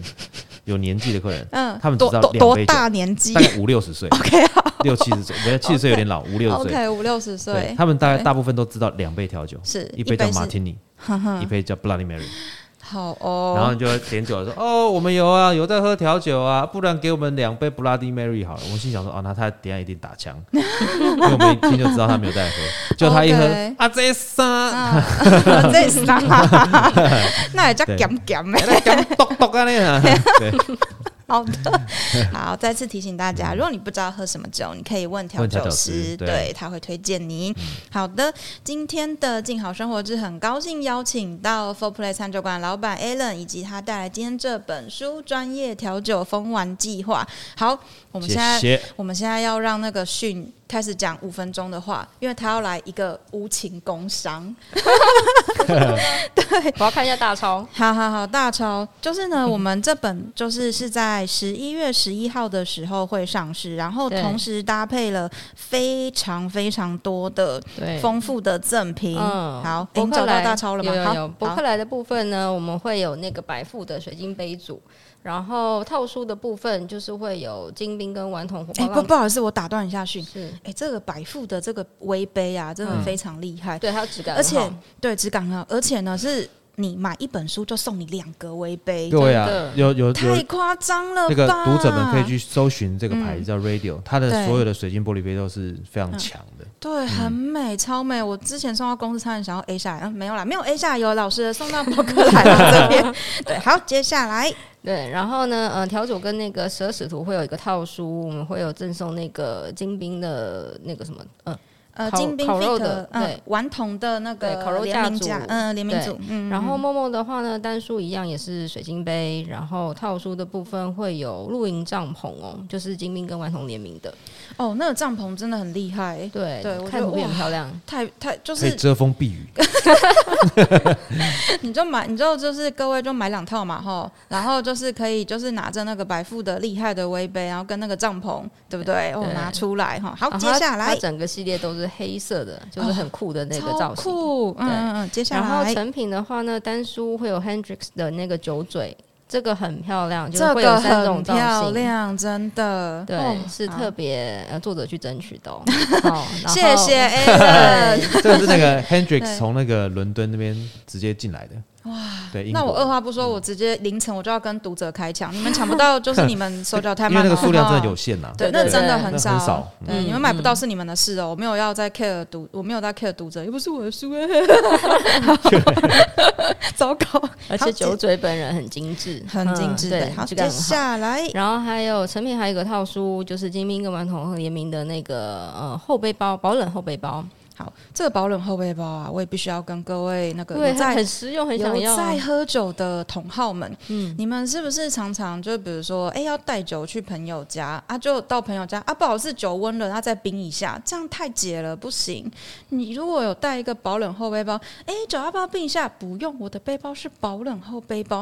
Speaker 3: 有年纪的客人，
Speaker 1: 嗯，
Speaker 3: 他们只
Speaker 1: 多
Speaker 3: 知道
Speaker 1: 多
Speaker 3: 两
Speaker 1: 多
Speaker 3: 杯酒，
Speaker 1: 大年纪，
Speaker 3: 大概五六十岁
Speaker 1: ？OK 好
Speaker 3: 六七十岁，没有七 十岁有点老，五六十岁，
Speaker 1: ，OK 五六十
Speaker 3: 对
Speaker 1: 岁，
Speaker 3: 他们大概
Speaker 1: OK
Speaker 3: 大部分都知道两杯调酒，
Speaker 1: 是
Speaker 3: 一杯叫
Speaker 1: 一杯是
Speaker 3: Martini，一 杯叫 Bloody Mary，
Speaker 1: 好
Speaker 3: 然
Speaker 1: 哦。
Speaker 3: 后你就会点酒了说哦，我们有啊，有在喝调酒啊，不然给我们两杯 Bloody Mary 好了。我心想说哦，那他等一下一定打 枪，因为我们一听就知道他没有在喝，就他一喝
Speaker 1: OK
Speaker 3: 啊这三。
Speaker 1: 啊 这是啥？ 那也叫
Speaker 3: 对
Speaker 1: 咸咸的。
Speaker 3: 咚咚啊那 样，对，
Speaker 1: 好的， 好，再次提醒大家，如果你不知道喝什么酒，你可以问调
Speaker 3: 嗯问调
Speaker 1: 酒
Speaker 3: 酒
Speaker 1: 师，
Speaker 3: 师对嗯
Speaker 1: 对，他会推荐你。好的，今天的静好生活志很高兴邀请到 Four Play 餐酒馆老板 Alan 以及他带来今天这本书《专业调酒疯玩计划》。好，我们现在
Speaker 3: 谢谢
Speaker 1: 我们现在要让那个训开始讲五分钟的话，因为他要来一个无情工伤。
Speaker 2: 我要看一下大超。
Speaker 1: 好好好，大超就是
Speaker 2: 嗯
Speaker 1: 呢，我们这本就是是在十一月十一号的时候会上市，然后
Speaker 2: 对
Speaker 1: 同时搭配了非常非常多的
Speaker 2: 对，嗯
Speaker 1: 丰富的赠品。好，我
Speaker 2: 伯
Speaker 1: 们
Speaker 2: 克
Speaker 1: 找到
Speaker 2: 莱
Speaker 1: 大超了吗？
Speaker 2: 有有有，
Speaker 1: 好，
Speaker 2: 伯
Speaker 1: 好
Speaker 2: 克莱的部分呢，我们会有那个百富的水晶杯组，然后套书的部分就是会有金冰跟顽童火
Speaker 1: 哎、
Speaker 2: 爆
Speaker 1: 不
Speaker 2: 浪。
Speaker 1: 不好意思，我打断一下讯。
Speaker 2: 是，
Speaker 1: 哎、这个百富的这个微杯啊，真的非常厉害。
Speaker 2: 嗯对，它质感
Speaker 1: 而
Speaker 2: 很好
Speaker 1: 且对质感很好，而且呢是你买一本书就送你两个微杯，
Speaker 3: 各位啊
Speaker 2: 真的，
Speaker 3: 有有
Speaker 1: 太
Speaker 3: 有
Speaker 1: 夸张了吧？
Speaker 3: 那个读者们可以去搜寻这个牌
Speaker 1: 嗯
Speaker 3: 子叫 Radio，它的
Speaker 1: 对
Speaker 3: 所有的水晶玻璃杯都是非常强的。
Speaker 2: 嗯
Speaker 1: 对，很美，超美。我之前送到公司，差点想要 A 下来，嗯，没有啦，没有 A 下来，有老师送到博客来了这 边。对，好，接下来
Speaker 2: 对，然后呢，呃，调酒跟那个蛇使徒会有一个套书，我们会有赠送那个精兵的那个什么，呃，
Speaker 1: 呃，
Speaker 2: 烤
Speaker 1: 金兵
Speaker 2: 烤肉
Speaker 1: fit
Speaker 2: 的
Speaker 1: 嗯
Speaker 2: 对，
Speaker 1: 顽童的那个
Speaker 2: 对烤肉
Speaker 1: 联名
Speaker 2: 架组
Speaker 1: 嗯，联名组，嗯，
Speaker 2: 然后
Speaker 1: 嗯
Speaker 2: 梦梦的话呢，单书一样也是水晶杯，然后套书的部分会有露营帐篷哦，就是精兵跟顽童联名的，
Speaker 1: 哦，那个帐篷真的很厉害，
Speaker 2: 对，
Speaker 1: 对我觉
Speaker 2: 看
Speaker 1: 得
Speaker 2: 图片
Speaker 1: 哇
Speaker 2: 很漂亮。
Speaker 1: 太太就
Speaker 3: 可以
Speaker 1: 是
Speaker 3: 遮风 避雨，
Speaker 1: 你就买，你就就是各位就买两套嘛吼，然后就是可以就是拿着那个白富的厉害的微杯，然后跟那个帐篷，对不对？哦，
Speaker 2: 对
Speaker 1: 拿出来哈，好，
Speaker 2: 然后
Speaker 1: 接
Speaker 2: 它
Speaker 1: 下来哦
Speaker 2: 它整个系列都是黑色的，就是很酷的那个
Speaker 1: 超
Speaker 2: 造型。
Speaker 1: 酷，嗯
Speaker 2: 对
Speaker 1: 嗯嗯，接下
Speaker 2: 然后
Speaker 1: 来
Speaker 2: 成品的话呢，单书会有 Hendrix 的那个酒嘴，这个很漂亮，就是
Speaker 1: 这
Speaker 2: 会有
Speaker 1: 个
Speaker 2: 三
Speaker 1: 很
Speaker 2: 种造
Speaker 1: 漂
Speaker 2: 型。
Speaker 1: 亮，真的，
Speaker 2: 对，
Speaker 1: 哦
Speaker 2: 是
Speaker 1: 好
Speaker 2: 特别呃作者去争取 的哦。哦然后
Speaker 1: 谢谢 a
Speaker 2: 对
Speaker 3: 这个是那
Speaker 1: 对
Speaker 3: 个 Hendrix 从那个伦敦那边直接进来的。哇，对，英
Speaker 1: 那
Speaker 3: 国
Speaker 1: 我二话不说，我直接凌晨我就要跟读者开抢，你们抢不到 就是你们手脚太
Speaker 3: 因为
Speaker 1: 慢
Speaker 3: 那
Speaker 1: 了，
Speaker 3: 个数量真的有
Speaker 1: 好
Speaker 3: 限呐
Speaker 1: 不
Speaker 3: 啊
Speaker 1: 好，对，
Speaker 2: 对
Speaker 1: 那真的
Speaker 2: 对
Speaker 1: 很
Speaker 3: 那很少嗯
Speaker 1: 对，
Speaker 2: 嗯
Speaker 1: 你们买不到是你们的事哦，我没有要在 care 读，我没有在 care 读者，又不是我的书， 糟糕，
Speaker 2: 而
Speaker 1: 好
Speaker 2: 且酒嘴本人很精致，
Speaker 1: 很精致
Speaker 2: 嗯
Speaker 1: 的。
Speaker 2: 对，
Speaker 1: 好，
Speaker 2: 质感
Speaker 1: 接
Speaker 2: 很好。
Speaker 1: 下来
Speaker 2: 然后还有成品还有一个套书，就是金兵跟顽童联名的那个呃后背包，保冷后背包，
Speaker 1: 好，这个保冷后背包啊，我也必须要跟各位那个
Speaker 2: 对，
Speaker 1: 有
Speaker 2: 它
Speaker 1: 在
Speaker 2: 很实用，很想
Speaker 1: 有
Speaker 2: 要啊。
Speaker 1: 在喝酒的同好们，
Speaker 2: 嗯，
Speaker 1: 你们是不是常常就比如说，哎、要带酒去朋友家啊，就到朋友家啊，不好意思，酒温了，那再冰一下，这样太解了，不行。你如果有带一个保冷后背包，哎、酒要不要冰一下？不用，我的背包是保冷后背包，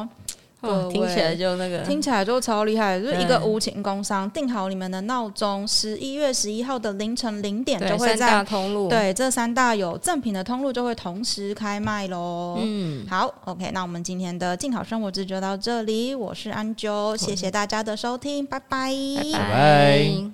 Speaker 2: 哦
Speaker 1: 各
Speaker 2: 听起来
Speaker 1: 位
Speaker 2: 就那个
Speaker 1: 听起来就超厉害，就是一个
Speaker 2: 对
Speaker 1: 无情工
Speaker 2: 嗯
Speaker 1: 商。定好你们的闹钟，十一月十一号的凌晨零点
Speaker 2: 对
Speaker 1: 就会
Speaker 2: 三
Speaker 1: 在
Speaker 2: 大通路，，
Speaker 1: 对这三大有赠品的通路就会同时开卖喽。
Speaker 2: 嗯，
Speaker 1: 好，OK，那我们今天的静好生活志就到这里，我是安啾，谢谢大家的收听，拜拜
Speaker 2: 拜
Speaker 3: 拜
Speaker 2: 拜。